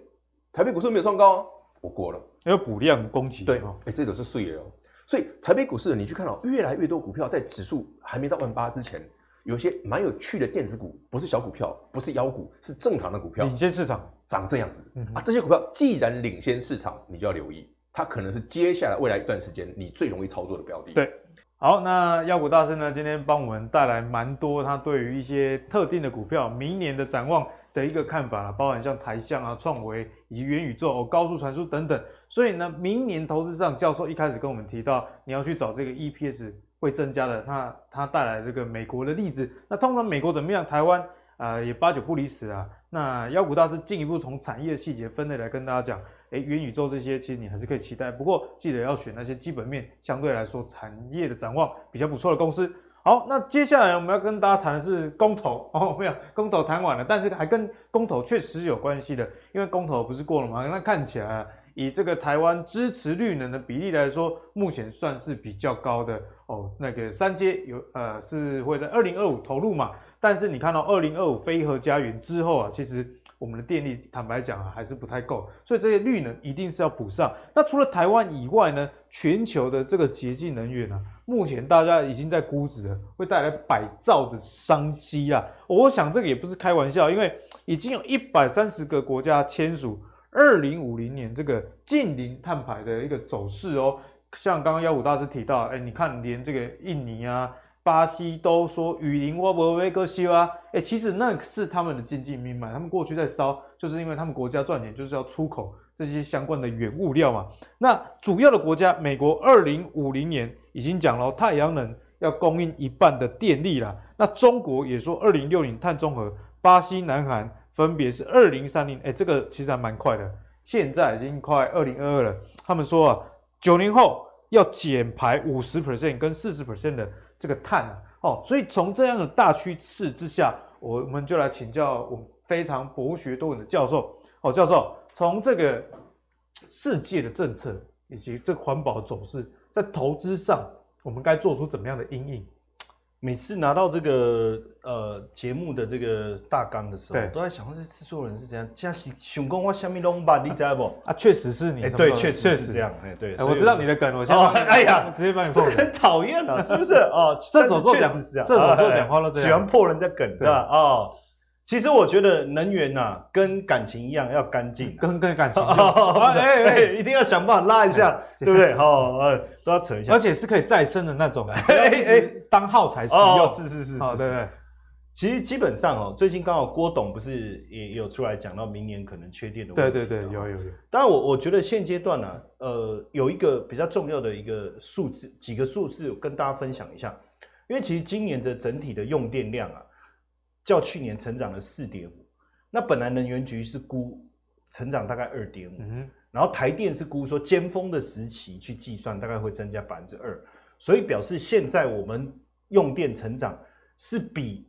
[SPEAKER 4] 台北股市没有创高哦，我过了，
[SPEAKER 1] 要补量供给，
[SPEAKER 4] 对
[SPEAKER 1] 哦，
[SPEAKER 4] 哎，这个是碎了哦。所以台北股市你去看哦，越来越多股票在指数还没到万八之前，有一些蛮有趣的电子股，不是小股票，不是妖股，是正常的股票
[SPEAKER 1] 领，先市场，
[SPEAKER 4] 长这样子
[SPEAKER 1] 嗯哼
[SPEAKER 4] 啊。这些股票既然领先市场，你就要留意，它可能是接下来未来一段时间你最容易操作的标的。
[SPEAKER 1] 对好，那妖股大师呢，今天帮我们带来蛮多他对于一些特定的股票明年的展望的一个看法啦，包含像台象啊、创维以及元宇宙、哦、高速传输等等。所以呢，明年投资上，教授一开始跟我们提到，你要去找这个 EPS 会增加的，那它带来这个美国的例子。那通常美国怎么样，台湾呃也八九不离十啊。那妖股大师进一步从产业细节分类来跟大家讲。诶，元宇宙这些其实你还是可以期待，不过记得要选那些基本面相对来说产业的展望比较不错的公司。好，那接下来我们要跟大家谈的是公投哦，没有公投谈完了，但是还跟公投确实有关系的，因为公投不是过了吗？那看起来啊以这个台湾支持绿能的比例来说，目前算是比较高的哦。那个三阶有呃是会在二零二五投入嘛，但是你看到二零二五非核家园之后啊，其实我们的电力坦白讲啊还是不太够，所以这些绿能一定是要补上。那除了台湾以外呢，全球的这个洁净能源啊，目前大家已经在估值了，会带来百兆的商机啊。我想这个也不是开玩笑，因为已经有一百三十个国家签署二零五零年这个近零碳排的一个走势哦。像刚刚幺五大师提到，哎，你看连这个印尼啊、巴西都说雨林沃伯维哥西啊，哎，其实那是他们的经济命脉，他们过去在烧，就是因为他们国家赚钱就是要出口这些相关的原物料嘛。那主要的国家，美国二零五零年已经讲了，太阳能要供应一半的电力啦。那中国也说二零六零碳中和，巴西、南韩分别是二零三零，哎，这个其实还蛮快的，现在已经快二零二二了。他们说啊，九零后要减排五十 percent 跟四十 percent 的这个碳啊，哦，所以从这样的大趋势之下，我们就来请教我们非常博学多闻的教授，哦，教授从这个世界的政策以及这个环保的走势，在投资上，我们该做出怎么样的阴影？
[SPEAKER 2] 每次拿到这个呃节目的这个大纲的时候
[SPEAKER 1] 对，
[SPEAKER 2] 都在想这制作人是怎样，这样想讲我虾米拢捌，你知道不？
[SPEAKER 1] 啊，确实是你
[SPEAKER 2] 哎，
[SPEAKER 1] 什么
[SPEAKER 2] 对，
[SPEAKER 1] 都
[SPEAKER 2] 确实是这样。。哎，对，
[SPEAKER 1] 哎
[SPEAKER 2] 所以
[SPEAKER 1] 我知道你的梗，我现
[SPEAKER 2] 哦
[SPEAKER 1] 在
[SPEAKER 2] 哎呀
[SPEAKER 1] 直接帮你
[SPEAKER 2] 这
[SPEAKER 1] 破
[SPEAKER 2] 个
[SPEAKER 1] 梗。
[SPEAKER 2] 很讨厌
[SPEAKER 1] <laughs>
[SPEAKER 2] 啊，是不是？哦，
[SPEAKER 1] 射手座
[SPEAKER 2] 但是
[SPEAKER 1] 讲
[SPEAKER 2] 确实是这样
[SPEAKER 1] 射手座
[SPEAKER 2] 哎
[SPEAKER 1] 讲话都这样
[SPEAKER 2] 喜欢破人家梗，是吧？哦，其实我觉得能源呐，跟感情一样，要干净啊。
[SPEAKER 1] 跟 <laughs> 跟感情就，
[SPEAKER 2] 哦
[SPEAKER 1] 啊哎
[SPEAKER 2] 哎
[SPEAKER 1] 哎
[SPEAKER 2] 哎， <laughs> 一定要想办法拉一下，对不对？哦，呃，都要扯一下
[SPEAKER 1] 而。且是可以再生的那种，
[SPEAKER 2] <laughs> 哎
[SPEAKER 1] 哎哎，当耗材使用，
[SPEAKER 2] 哦，是是是
[SPEAKER 1] 哦
[SPEAKER 2] 是
[SPEAKER 1] 对
[SPEAKER 2] 是。
[SPEAKER 1] 对，
[SPEAKER 2] 其实基本上哦，最近刚好郭董不是也也有出来讲到明年可能缺电的问
[SPEAKER 1] 对
[SPEAKER 2] 题。哦
[SPEAKER 1] 对对，有。有有，
[SPEAKER 2] 当然我，我觉得现阶段呢、呃，有一个比较重要的一个数字，几个数字跟大家分享一下。因为其实今年的整体的用电量啊，较去年成长了四点五。那本来能源局是估成长大概二点五，
[SPEAKER 1] 嗯
[SPEAKER 2] 然后台电是估说尖峰的时期去计算，大概会增加百分之二，所以表示现在我们用电成长是比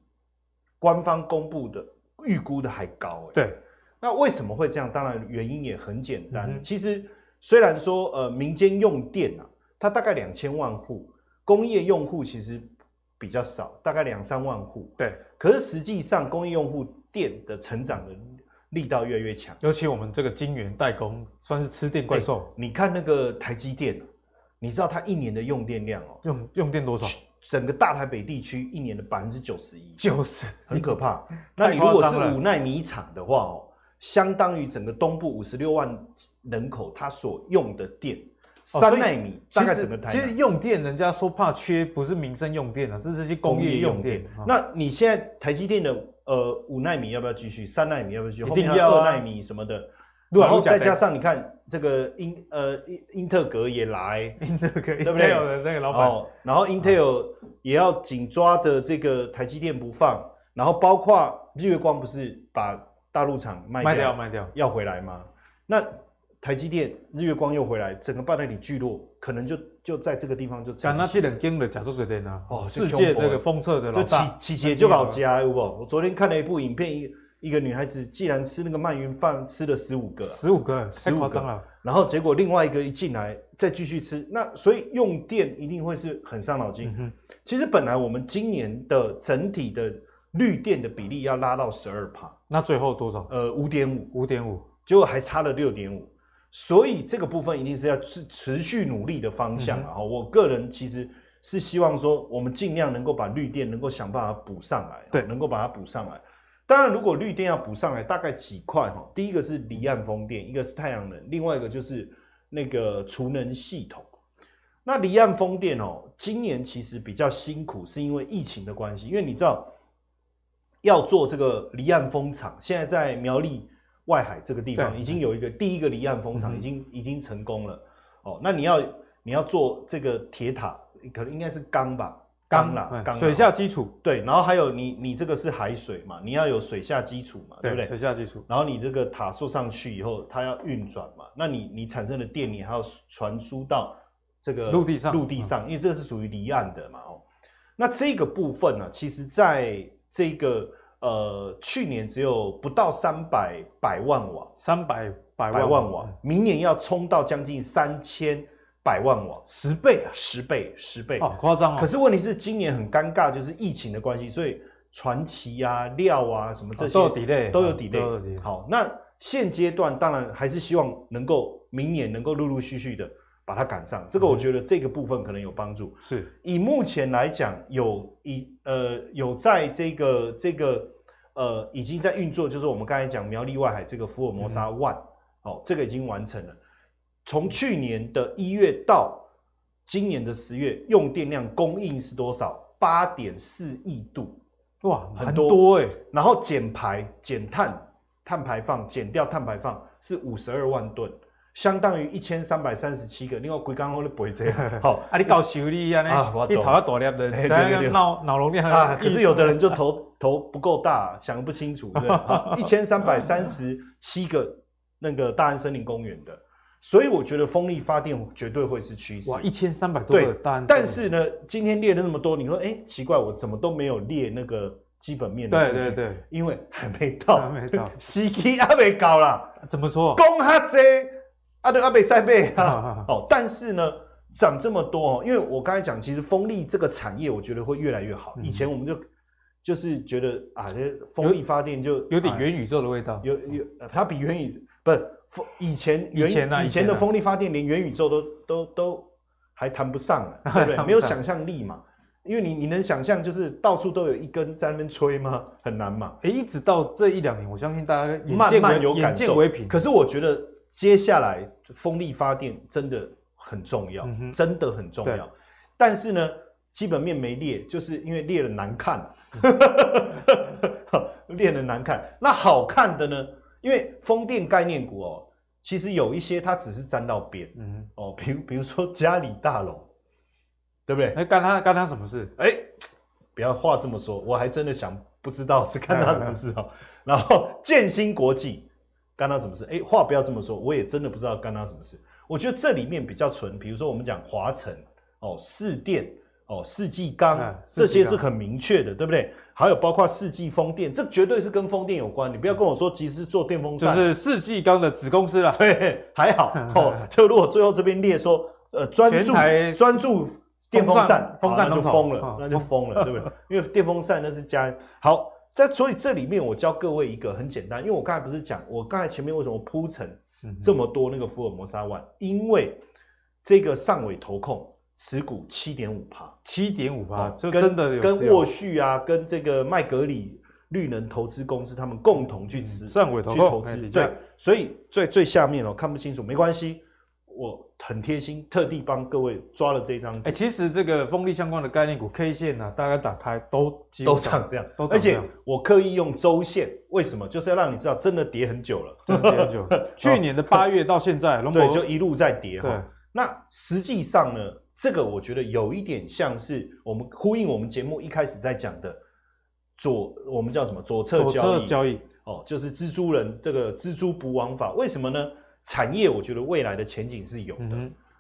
[SPEAKER 2] 官方公布的预估的还高、欸。
[SPEAKER 1] 对，
[SPEAKER 2] 那为什么会这样？当然原因也很简单。
[SPEAKER 1] 嗯哼
[SPEAKER 2] 其实虽然说呃民间用电啊，它大概两千万户，工业用户其实比较少，大概两三万户。
[SPEAKER 1] 对，
[SPEAKER 2] 可是实际上工业用户电的成长的力道越来越强。
[SPEAKER 1] 尤其我们这个晶圆代工算是吃电怪兽，
[SPEAKER 2] 你看那个台积电啊，你知道它一年的用电量哦，
[SPEAKER 1] 用用电多少？
[SPEAKER 2] 整个大台北地区一年的百分之九十一，
[SPEAKER 1] 就是
[SPEAKER 2] 很可怕。那你如果是五纳米厂的话哦，相当于整个东部五十六万人口它所用的电，
[SPEAKER 1] 哦所以
[SPEAKER 2] 三纳米大概整个台
[SPEAKER 1] 其实
[SPEAKER 2] 南
[SPEAKER 1] 用电，人家说怕缺，不是民生用电啊，是这些工业用电。啊
[SPEAKER 2] 那你现在台积电的呃五纳米要不要继续？三纳米要不要继续？
[SPEAKER 1] 一
[SPEAKER 2] 后
[SPEAKER 1] 定
[SPEAKER 2] 面还有
[SPEAKER 1] 要啊
[SPEAKER 2] 二纳米什么的，
[SPEAKER 1] 如果
[SPEAKER 2] 然后再
[SPEAKER 1] 讲
[SPEAKER 2] 加上你看这个英呃英英特格也来，
[SPEAKER 1] <laughs> 那个对
[SPEAKER 2] 对不对
[SPEAKER 1] 的那个老板，
[SPEAKER 2] 哦，然后 Intel 也要紧抓着这个台积电不放，然后包括日月光不是把大陆厂卖
[SPEAKER 1] 卖掉卖掉，
[SPEAKER 2] 要回来吗？那台积电、日月光又回来，整个半导体聚落可能就就在这个地方就
[SPEAKER 1] 讲那
[SPEAKER 2] 成型
[SPEAKER 1] 些人跟的假设水电啊，
[SPEAKER 2] 哦这
[SPEAKER 1] 世界
[SPEAKER 2] 恐怖
[SPEAKER 1] 这个封测的老
[SPEAKER 2] 就起
[SPEAKER 1] 大，
[SPEAKER 2] 起节就搞家，有不？我昨天看了一部影片，一一个女孩子既然吃那个鳗鱼饭吃了十五个啊、
[SPEAKER 1] 十五个，太
[SPEAKER 2] 15
[SPEAKER 1] 夸
[SPEAKER 2] 个
[SPEAKER 1] 张了。
[SPEAKER 2] 然后结果另外一个一进来再继续吃，那所以用电一定会是很伤脑筋。
[SPEAKER 1] 嗯哼，
[SPEAKER 2] 其实本来我们今年的整体的绿电的比例要拉到十二帕，
[SPEAKER 1] 那最后多少？
[SPEAKER 2] 呃，五点五，
[SPEAKER 1] 五点五，
[SPEAKER 2] 结果还差了六点五，所以这个部分一定是要持持续努力的方向啊。我个人其实是希望说，我们尽量能够把绿电能够想办法补上来，
[SPEAKER 1] 对
[SPEAKER 2] 能够把它补上来。当然，如果绿电要补上来，大概几块哈，第一个是离岸风电，一个是太阳能，另外一个就是那个储能系统。那离岸风电哦，今年其实比较辛苦，是因为疫情的关系。因为你知道，要做这个离岸风场，现在在苗栗外海这个地方
[SPEAKER 1] 对
[SPEAKER 2] 已经有一个第一个离岸风
[SPEAKER 1] 嗯
[SPEAKER 2] 场，
[SPEAKER 1] 哼
[SPEAKER 2] 已经已经成功了。哦，那你要你要做这个铁塔，可能应该是钢吧，钢啦
[SPEAKER 1] 哎，
[SPEAKER 2] 钢啦
[SPEAKER 1] 水下基础，
[SPEAKER 2] 对，然后还有你你这个是海水嘛，你要有水下基础嘛，对不对
[SPEAKER 1] 水？下基础，
[SPEAKER 2] 然后你这个塔做上去以后，它要运转嘛，那你你产生的电，你还要传输到这个
[SPEAKER 1] 陆地上嗯
[SPEAKER 2] 陆地上，因为这是属于离岸的嘛，哦。那这个部分呢、其实在这个呃去年只有不到三百百万瓦，
[SPEAKER 1] 三百百
[SPEAKER 2] 百万
[SPEAKER 1] 万
[SPEAKER 2] 瓦，，明年要冲到将近三千百万瓦，
[SPEAKER 1] 十倍啊，
[SPEAKER 2] 十倍十倍
[SPEAKER 1] 好夸张哦。
[SPEAKER 2] 可是问题是，今年很尴尬，就是疫情的关系，所以传奇啊、料啊什么这
[SPEAKER 1] 哦
[SPEAKER 2] 些
[SPEAKER 1] 都有 delay，
[SPEAKER 2] 都有
[SPEAKER 1] 啊都有
[SPEAKER 2] delay。
[SPEAKER 1] delay
[SPEAKER 2] 好，那现阶段当然还是希望能够明年能够陆陆续续的把它赶上，
[SPEAKER 1] 嗯
[SPEAKER 2] 这个我觉得这个部分可能有帮助。
[SPEAKER 1] 是
[SPEAKER 2] 以目前来讲，有以呃有在这个这个呃已经在运作，就是我们刚才讲苗栗外海这个福尔摩沙 One，、哦，这个已经完成了。从去年的一月到今年的十月，用电量供应是多少？八点四亿度，
[SPEAKER 1] 哇，
[SPEAKER 2] 很
[SPEAKER 1] 很
[SPEAKER 2] 多
[SPEAKER 1] 多哎，
[SPEAKER 2] 然后减排、减碳、碳排放、减掉碳排放是五十二万吨，相当于一千三百三十七个。另外，龟缸我都不会这
[SPEAKER 1] <laughs>
[SPEAKER 2] 样， <laughs> 好、
[SPEAKER 1] 啊，你搞修理啊，
[SPEAKER 2] 啊我
[SPEAKER 1] 呢，你
[SPEAKER 2] 懂
[SPEAKER 1] 头要大粒的，这
[SPEAKER 2] 哎对对
[SPEAKER 1] 样
[SPEAKER 2] 对
[SPEAKER 1] 脑脑容量还
[SPEAKER 2] 啊， <laughs> 可是有的人
[SPEAKER 1] <laughs>
[SPEAKER 2] 就头头不够大，想不清楚，对，一千三百三十七个那个大安森林公园的，所以我觉得风力发电绝对会是趋势。
[SPEAKER 1] 哇，一千三百多
[SPEAKER 2] 对
[SPEAKER 1] 个单，，
[SPEAKER 2] 但是呢，今天列了那么多，你说哎、诶奇怪，我怎么都没有列那个基本面的
[SPEAKER 1] 对
[SPEAKER 2] 数据？
[SPEAKER 1] 对对，
[SPEAKER 2] 因为还没到，
[SPEAKER 1] 还没到
[SPEAKER 2] <laughs> 时机还没到啦，
[SPEAKER 1] 怎么说？
[SPEAKER 2] 讲哈这，啊对，阿北塞贝
[SPEAKER 1] 好
[SPEAKER 2] 啊，
[SPEAKER 1] 好好
[SPEAKER 2] 哦，但是呢，涨这么多哦，因为我刚才讲，其实风力这个产业，我觉得会越来越好。
[SPEAKER 1] 嗯
[SPEAKER 2] 以前我们就就是觉得啊，这风力发电就
[SPEAKER 1] 有点
[SPEAKER 2] 哎
[SPEAKER 1] 元宇宙的味道。
[SPEAKER 2] 有有，呃它比元宇不是风以前元
[SPEAKER 1] 以前啊
[SPEAKER 2] 以
[SPEAKER 1] 以
[SPEAKER 2] 前
[SPEAKER 1] 前
[SPEAKER 2] 的
[SPEAKER 1] 啊
[SPEAKER 2] 风力发电连元宇宙都都都还谈不上
[SPEAKER 1] <laughs>
[SPEAKER 2] 了，对
[SPEAKER 1] 还
[SPEAKER 2] 不对？
[SPEAKER 1] 谈不
[SPEAKER 2] 没有
[SPEAKER 1] 上
[SPEAKER 2] 想象力嘛，因为你你能想象就是到处都有一根在那边吹吗？很难嘛，
[SPEAKER 1] 哎，一直到这一两年，我相信大家眼
[SPEAKER 2] 慢
[SPEAKER 1] 见
[SPEAKER 2] 慢
[SPEAKER 1] 为
[SPEAKER 2] 有
[SPEAKER 1] 眼
[SPEAKER 2] 感
[SPEAKER 1] 见
[SPEAKER 2] 受
[SPEAKER 1] 为凭。
[SPEAKER 2] 可是我觉得接下来风力发电真的很重要，
[SPEAKER 1] 嗯哼
[SPEAKER 2] 真的很重
[SPEAKER 1] 对
[SPEAKER 2] 要。但是呢，基本面没列，就是因为列了难看、 <laughs> 啊，列了难看。那好看的呢？因为风电概念股哦，其实有一些它只是沾到边
[SPEAKER 1] 嗯，
[SPEAKER 2] 哦，比如比如说家里大楼，对不对？
[SPEAKER 1] 那干他干他什么事？
[SPEAKER 2] 哎、不要话这么说，我还真的想不知道是干他什么事
[SPEAKER 1] <laughs>
[SPEAKER 2] 哦、然后建新国际干他什么事？哎、话不要这么说，我也真的不知道干他什么事。我觉得这里面比较纯，比如说我们讲华晨哦、市电哦、世纪钢、
[SPEAKER 1] 嗯
[SPEAKER 2] 这些
[SPEAKER 1] 世纪钢
[SPEAKER 2] 是很明确的，对不对？还有包括世纪风电，这绝对是跟风电有关。你不要跟我说，其实是做电风
[SPEAKER 1] 就
[SPEAKER 2] 扇，
[SPEAKER 1] 是世纪钢的子公司啦。
[SPEAKER 2] <laughs> 对，还好
[SPEAKER 1] <laughs>
[SPEAKER 2] 哦。就如果最后这边列说，呃，专
[SPEAKER 1] 全
[SPEAKER 2] 注
[SPEAKER 1] 台
[SPEAKER 2] 专注电风扇，啊
[SPEAKER 1] 风扇
[SPEAKER 2] 好那就
[SPEAKER 1] 风口
[SPEAKER 2] 疯
[SPEAKER 1] 哦
[SPEAKER 2] 了，那就疯了，对
[SPEAKER 1] <laughs>
[SPEAKER 2] 不对？因为电风扇那是家好。在所以这里面，我教各位一个很简单，因为我刚才不是讲，我刚才前面为什么铺陈
[SPEAKER 1] 嗯
[SPEAKER 2] 这么多那个福尔摩沙湾，因为这个上尾投控持股七点五趴，
[SPEAKER 1] 七点五八，
[SPEAKER 2] 啊，
[SPEAKER 1] 就
[SPEAKER 2] 跟
[SPEAKER 1] 真的有
[SPEAKER 2] 跟
[SPEAKER 1] 是有
[SPEAKER 2] 沃旭啊，跟这个麦格里绿能投资公司他们共同去持、
[SPEAKER 1] 嗯算委投
[SPEAKER 2] 去
[SPEAKER 1] 控
[SPEAKER 2] 投
[SPEAKER 1] 哎
[SPEAKER 2] 资，
[SPEAKER 1] 底
[SPEAKER 2] 对
[SPEAKER 1] 下，
[SPEAKER 2] 所以最最下面哦看不清楚没关系，我很贴心，特地帮各位抓了这张
[SPEAKER 1] 哎、其实这个风力相关的概念股 K 线呢、啊，大家打开都几乎
[SPEAKER 2] 都长这样，
[SPEAKER 1] 都长这
[SPEAKER 2] 而且
[SPEAKER 1] 样
[SPEAKER 2] 我刻意用周线，为什么？就是要让你知道真的跌很久了，
[SPEAKER 1] 真的跌很久。
[SPEAKER 2] <laughs>
[SPEAKER 1] 去年的八月到现在，龙
[SPEAKER 2] 对，
[SPEAKER 1] 博
[SPEAKER 2] 就一路哦在跌哈
[SPEAKER 1] 对。
[SPEAKER 2] 那实际上呢，这个我觉得有一点像是我们呼应我们节目一开始在讲的左，我们叫什么左侧
[SPEAKER 1] 左
[SPEAKER 2] 交
[SPEAKER 1] 侧
[SPEAKER 2] 易，
[SPEAKER 1] 交易，
[SPEAKER 2] 哦，就是蜘蛛人这个蜘蛛捕网法，为什么呢？产业我觉得未来的前景是有的，
[SPEAKER 1] 嗯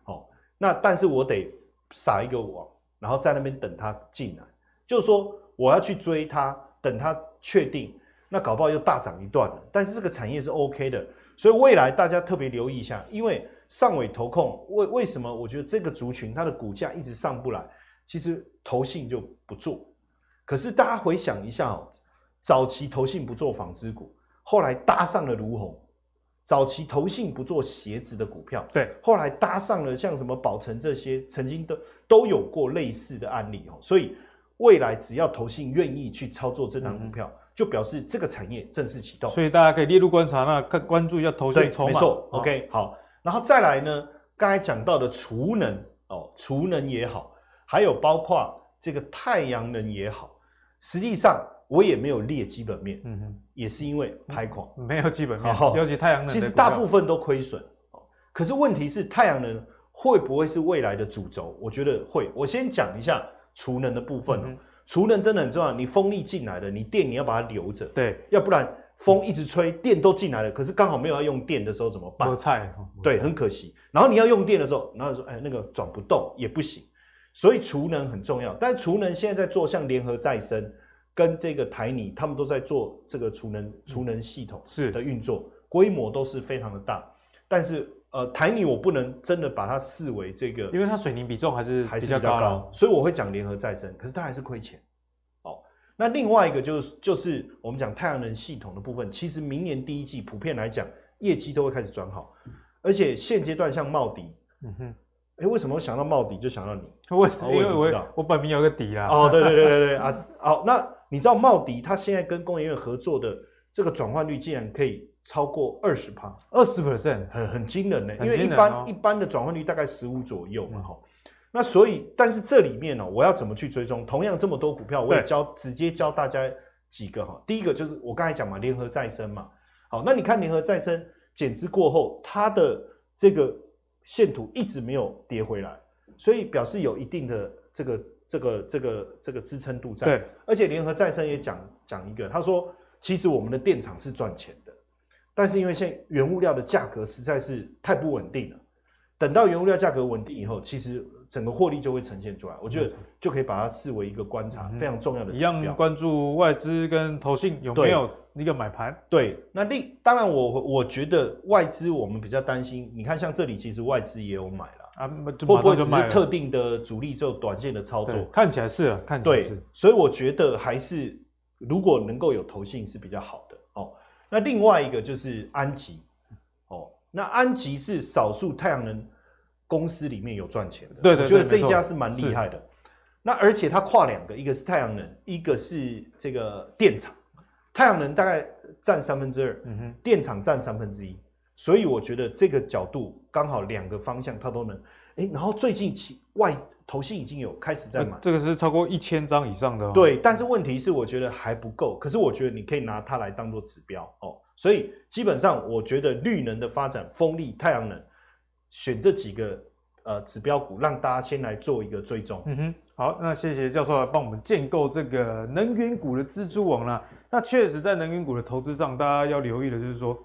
[SPEAKER 1] 哼，
[SPEAKER 2] 哦，那但是我得撒一个网，然后在那边等它进来，就是说我要去追它，等它确定，那搞不好又大涨一段了。但是这个产业是 OK 的，所以未来大家特别留意一下，因为上尾投控为为什么我觉得这个族群它的股价一直上不来，其实投信就不做。可是大家回想一下哦，早期投信不做纺织股，后来搭上了卢红。早期投信不做鞋子的股票，
[SPEAKER 1] 对，
[SPEAKER 2] 后来搭上了像什么宝城这些，曾经都都有过类似的案例哦。所以未来只要投信愿意去操作这档股票，就表示这个产业正式启动。
[SPEAKER 1] 所以大家可以列入观察，那看关注一下投
[SPEAKER 2] 对
[SPEAKER 1] 信，筹码。
[SPEAKER 2] 没错。
[SPEAKER 1] 哦
[SPEAKER 2] OK，好，然后再来呢，刚才讲到的储能哦，储能也好，还有包括这个太阳能也好，实际上我也没有列基本面，
[SPEAKER 1] 嗯
[SPEAKER 2] 也是因为拍垮。
[SPEAKER 1] 哼，没有基本面，
[SPEAKER 2] 好
[SPEAKER 1] 尤其太阳能的股
[SPEAKER 2] 其
[SPEAKER 1] 票，
[SPEAKER 2] 实大部分都亏损。哦可是问题是，太阳能会不会是未来的主轴？我觉得会。我先讲一下储能的部分哦、
[SPEAKER 1] 嗯哼
[SPEAKER 2] 储能真的很重要，你风力进来了，你电你要把它留着，
[SPEAKER 1] 对，
[SPEAKER 2] 要不然风一直吹，电都进来了，可是刚好没有要用电的时候怎么办
[SPEAKER 1] 菠？菜，哦
[SPEAKER 2] 对，很可惜。然后你要用电的时候，然后说，哎，那个转不动也不行。所以储能很重要，但储能现在在做像联合再生跟这个台泥，他们都在做这个储能储能系统
[SPEAKER 1] 是
[SPEAKER 2] 的运作，规模都是非常的大。但是呃，台泥我不能真的把它视为这个，
[SPEAKER 1] 因为它水泥比重还是
[SPEAKER 2] 还
[SPEAKER 1] 比
[SPEAKER 2] 是比
[SPEAKER 1] 较
[SPEAKER 2] 较
[SPEAKER 1] 高
[SPEAKER 2] 高，
[SPEAKER 1] 啦，
[SPEAKER 2] 所以我会讲联合再生，可是它还是亏钱。哦，那另外一个就是就是我们讲太阳能系统的部分，其实明年第一季普遍来讲，业绩都会开始转好，而且现阶段像茂迪，
[SPEAKER 1] 嗯哼，
[SPEAKER 2] 哎、为什么我想到茂迪就想到你？
[SPEAKER 1] 为什么？
[SPEAKER 2] 哦我也
[SPEAKER 1] 因为
[SPEAKER 2] 不知道
[SPEAKER 1] 我我本名有个底啦。
[SPEAKER 2] 哦，对对对对对啊， <laughs> 好，那你知道茂迪它现在跟工研院合作的这个转换率竟然可以超过二十趴，
[SPEAKER 1] 二十 percent，
[SPEAKER 2] 很很惊人呢、
[SPEAKER 1] 很
[SPEAKER 2] 因为
[SPEAKER 1] 惊
[SPEAKER 2] 一
[SPEAKER 1] 人
[SPEAKER 2] 般、
[SPEAKER 1] 哦
[SPEAKER 2] 一般的转换率大概十五左右嘛，哈、那所以，但是这里面呢、哦我要怎么去追踪？同样这么多股票，我也
[SPEAKER 1] 对
[SPEAKER 2] 教直接教大家几个哈。第一个就是我刚才讲嘛，联合再生嘛。好，那你看联合再生减资过后，它的这个线图一直没有跌回来，所以表示有一定的这个这个这个这个支撑度在。
[SPEAKER 1] 对，
[SPEAKER 2] 而且联合再生也讲讲一个，他说其实我们的电厂是赚钱的，但是因为现在原物料的价格实在是太不稳定了，等到原物料价格稳定以后，其实整个获利就会呈现出来。我觉得就可以把它视为一个观察、
[SPEAKER 1] 嗯哼
[SPEAKER 2] 非常重要的
[SPEAKER 1] 一
[SPEAKER 2] 指
[SPEAKER 1] 样
[SPEAKER 2] 标。
[SPEAKER 1] 关注外资跟投信有没有一个买盘，
[SPEAKER 2] 对，那另当然我我觉得外资我们比较担心，你看像这里其实外资也有买了，
[SPEAKER 1] 啊，就
[SPEAKER 2] 会
[SPEAKER 1] 马
[SPEAKER 2] 不会
[SPEAKER 1] 上
[SPEAKER 2] 只
[SPEAKER 1] 就卖
[SPEAKER 2] 是
[SPEAKER 1] 了。
[SPEAKER 2] 特定的主力做短线的操
[SPEAKER 1] 对
[SPEAKER 2] 作？
[SPEAKER 1] 看起来是啊，看起来
[SPEAKER 2] 对
[SPEAKER 1] 是，
[SPEAKER 2] 所以我觉得还是如果能够有投信是比较好的哦。那另外一个就是安吉哦，那安吉是少数太阳能公司里面有赚钱的，
[SPEAKER 1] 对对对
[SPEAKER 2] 我觉得这一
[SPEAKER 1] 没错
[SPEAKER 2] 家是蛮厉害的。那而且它跨两个，一个是太阳能，一个是这个电厂。太阳能大概占三分之二，
[SPEAKER 1] 嗯哼，
[SPEAKER 2] 电厂占三分之一，所以我觉得这个角度刚好两个方向它都能。哎、然后最近其外投信已经有开始在买
[SPEAKER 1] 呃，这个是超过一千张以上的、哦。，
[SPEAKER 2] 对，但是问题是，我觉得还不够。可是我觉得你可以拿它来当做指标哦。所以基本上，我觉得绿能的发展，风力、太阳能，选这几个呃指标股，让大家先来做一个追踪。
[SPEAKER 1] 嗯哼，好，那谢谢教授啊来帮我们建构这个能源股的蜘蛛网啦。那确实在能源股的投资上，大家要留意的就是说，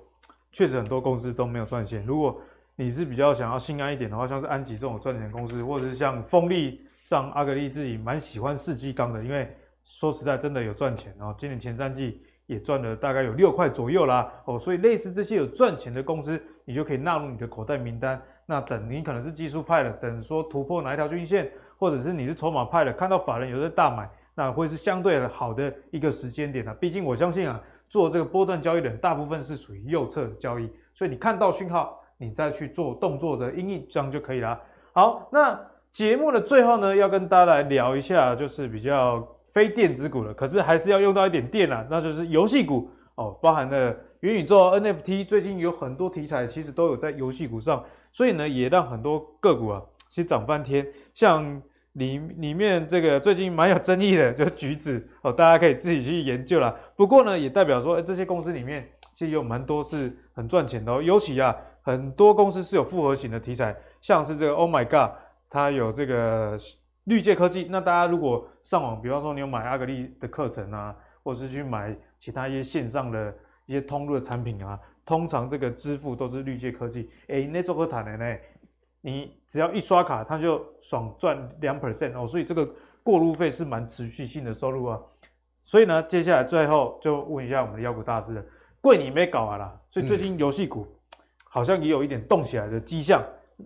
[SPEAKER 1] 确实很多公司都没有赚钱。如果你是比较想要心安一点的话，像是安吉这种赚钱的公司，或者是像风力，像阿格力自己蛮喜欢世纪钢的，因为说实在真的有赚钱哦，今年前三季也赚了大概有六块左右啦哦，所以类似这些有赚钱的公司，你就可以纳入你的口袋名单。那等你可能是技术派的，等说突破哪一条均线，或者是你是筹码派的，看到法人有在大买，那会是相对好的一个时间点啊。毕竟我相信啊，做这个波段交易的人大部分是属于右侧的交易，所以你看到讯号，你再去做动作的阴影，这样就可以啦。好，那节目的最后呢，要跟大家来聊一下，就是比较非电子股了，可是还是要用到一点电啊，那就是游戏股哦，包含了元宇宙、NFT，最近有很多题材其实都有在游戏股上，所以呢，也让很多个股啊，其实涨翻天。像里里面这个最近蛮有争议的，就是橘子哦，大家可以自己去研究啦。不过呢，也代表说、哎这些公司里面其实有蛮多是很赚钱的、哦，尤其啊，很多公司是有复合型的题材，像是这个 Oh My God，它有这个绿界科技。那大家如果上网，比方说你有买阿格力的课程啊，或者是去买其他一些线上的一些通路的产品啊，通常这个支付都是绿界科技。哎，那做个坦的呢，你只要一刷卡，它就爽赚两 percent 哦，所以这个过路费是蛮持续性的收入啊。所以呢，接下来最后就问一下我们的妖股大师了，贵你没搞啊啦，所以最近游戏股好像也有一点动起来的迹象。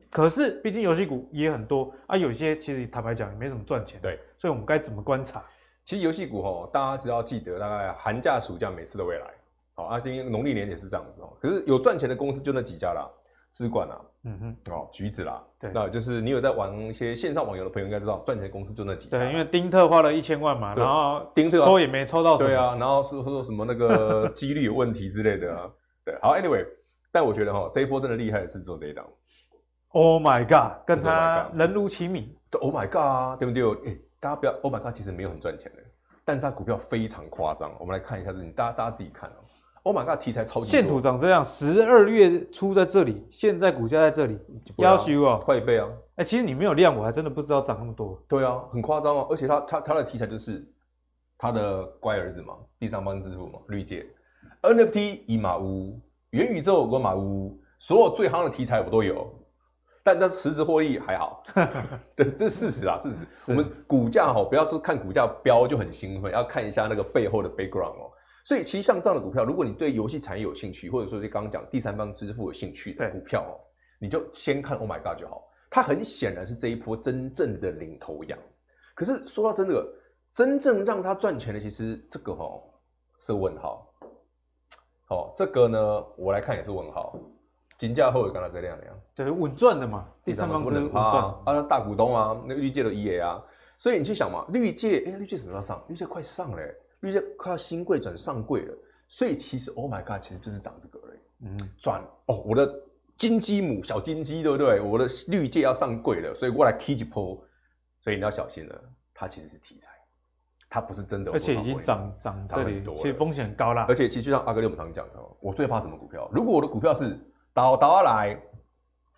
[SPEAKER 1] 可是，毕竟游戏股也很多啊，有些其实坦白讲也没怎么赚钱。
[SPEAKER 4] 对，
[SPEAKER 1] 所以我们该怎么观察？
[SPEAKER 4] 其实游戏股哦，大家只要记得，大概寒假、暑假每次都会来。好、啊，今天农历年也是这样子哦。可是有赚钱的公司就那几家啦，资管啦，
[SPEAKER 1] 嗯哼，
[SPEAKER 4] 哦，橘子啦，
[SPEAKER 1] 对
[SPEAKER 4] 那就是你有在玩一些线上网游的朋友应该知道，赚钱的公司就那几家啦。
[SPEAKER 1] 对，因为丁特花了一千万嘛，
[SPEAKER 4] 啊对
[SPEAKER 1] 然后
[SPEAKER 4] 丁特啊
[SPEAKER 1] 抽也没抽到什么。
[SPEAKER 4] 对啊，然后说说什么那
[SPEAKER 1] <laughs>
[SPEAKER 4] 个几率有问题之类的啊。对，好，anyway，但我觉得哈，这一波真的厉害的是做这一档
[SPEAKER 1] ，Oh my god，跟
[SPEAKER 4] 就是 Oh my
[SPEAKER 1] 他
[SPEAKER 4] god
[SPEAKER 1] 人如其名。
[SPEAKER 4] 对，Oh my God 啊，对不对？哎，大家不要，Oh my God，其实没有很赚钱的，但是它股票非常夸张。哦我们来看一下自己，大家大家自己看哦。Oh my God，题材超级多
[SPEAKER 1] 线图长这样，十二月初在这里，现在股价在这里，
[SPEAKER 4] 对啊
[SPEAKER 1] 要求哦。
[SPEAKER 4] 快一倍啊，
[SPEAKER 1] 哎、其实你没有量，我还真的不知道涨那么多。
[SPEAKER 4] 对啊，很夸张啊。而且它它它的题材就是他的乖儿子嘛，第三方支付嘛，绿界 NFT 以马屋，元宇宙我马屋，所有最夯的题材我都有，但但实质获利还好，对，这是事实啊，事实。我们股价哦，不要说看股价标就很兴奋，要看一下那个背后的 background 哦。所以其实像这样的股票，如果你对游戏产业有兴趣，或者说就刚刚讲第三方支付有兴趣的
[SPEAKER 1] 对
[SPEAKER 4] 股票哦，你就先看 Oh my God 就好。它很显然是这一波真正的领头羊。可是说到真的，真正让他赚钱的，其实这个哦是问号。哦，这个呢，我来看也是问号。金价后有跟他这样样，
[SPEAKER 1] 对，稳赚的嘛，第三方
[SPEAKER 4] 不
[SPEAKER 1] 是
[SPEAKER 4] 能
[SPEAKER 1] 稳
[SPEAKER 4] 趴
[SPEAKER 1] 赚。
[SPEAKER 4] 啊，啊那大股东啊，那个绿界的 EA 啊，所以你去想嘛，绿界，哎、绿界什么时候上？绿界快上嘞、绿界快要新贵转上柜了，所以其实 Oh my God，其实就是涨这个而已。
[SPEAKER 1] 嗯，
[SPEAKER 4] 转哦，我的金鸡母小金鸡，对不对？我的绿界要上柜了，所以过来 k 一波，所以你要小心了，它其实是题材，它不是真的，
[SPEAKER 1] 而且已经，涨涨这
[SPEAKER 4] 涨
[SPEAKER 1] 里
[SPEAKER 4] 很，多
[SPEAKER 1] 其实
[SPEAKER 4] 了
[SPEAKER 1] 风险很高啦
[SPEAKER 4] 而。且其实就像阿哥六们常讲的哦，我最怕什么股票？如果我的股票是倒倒来，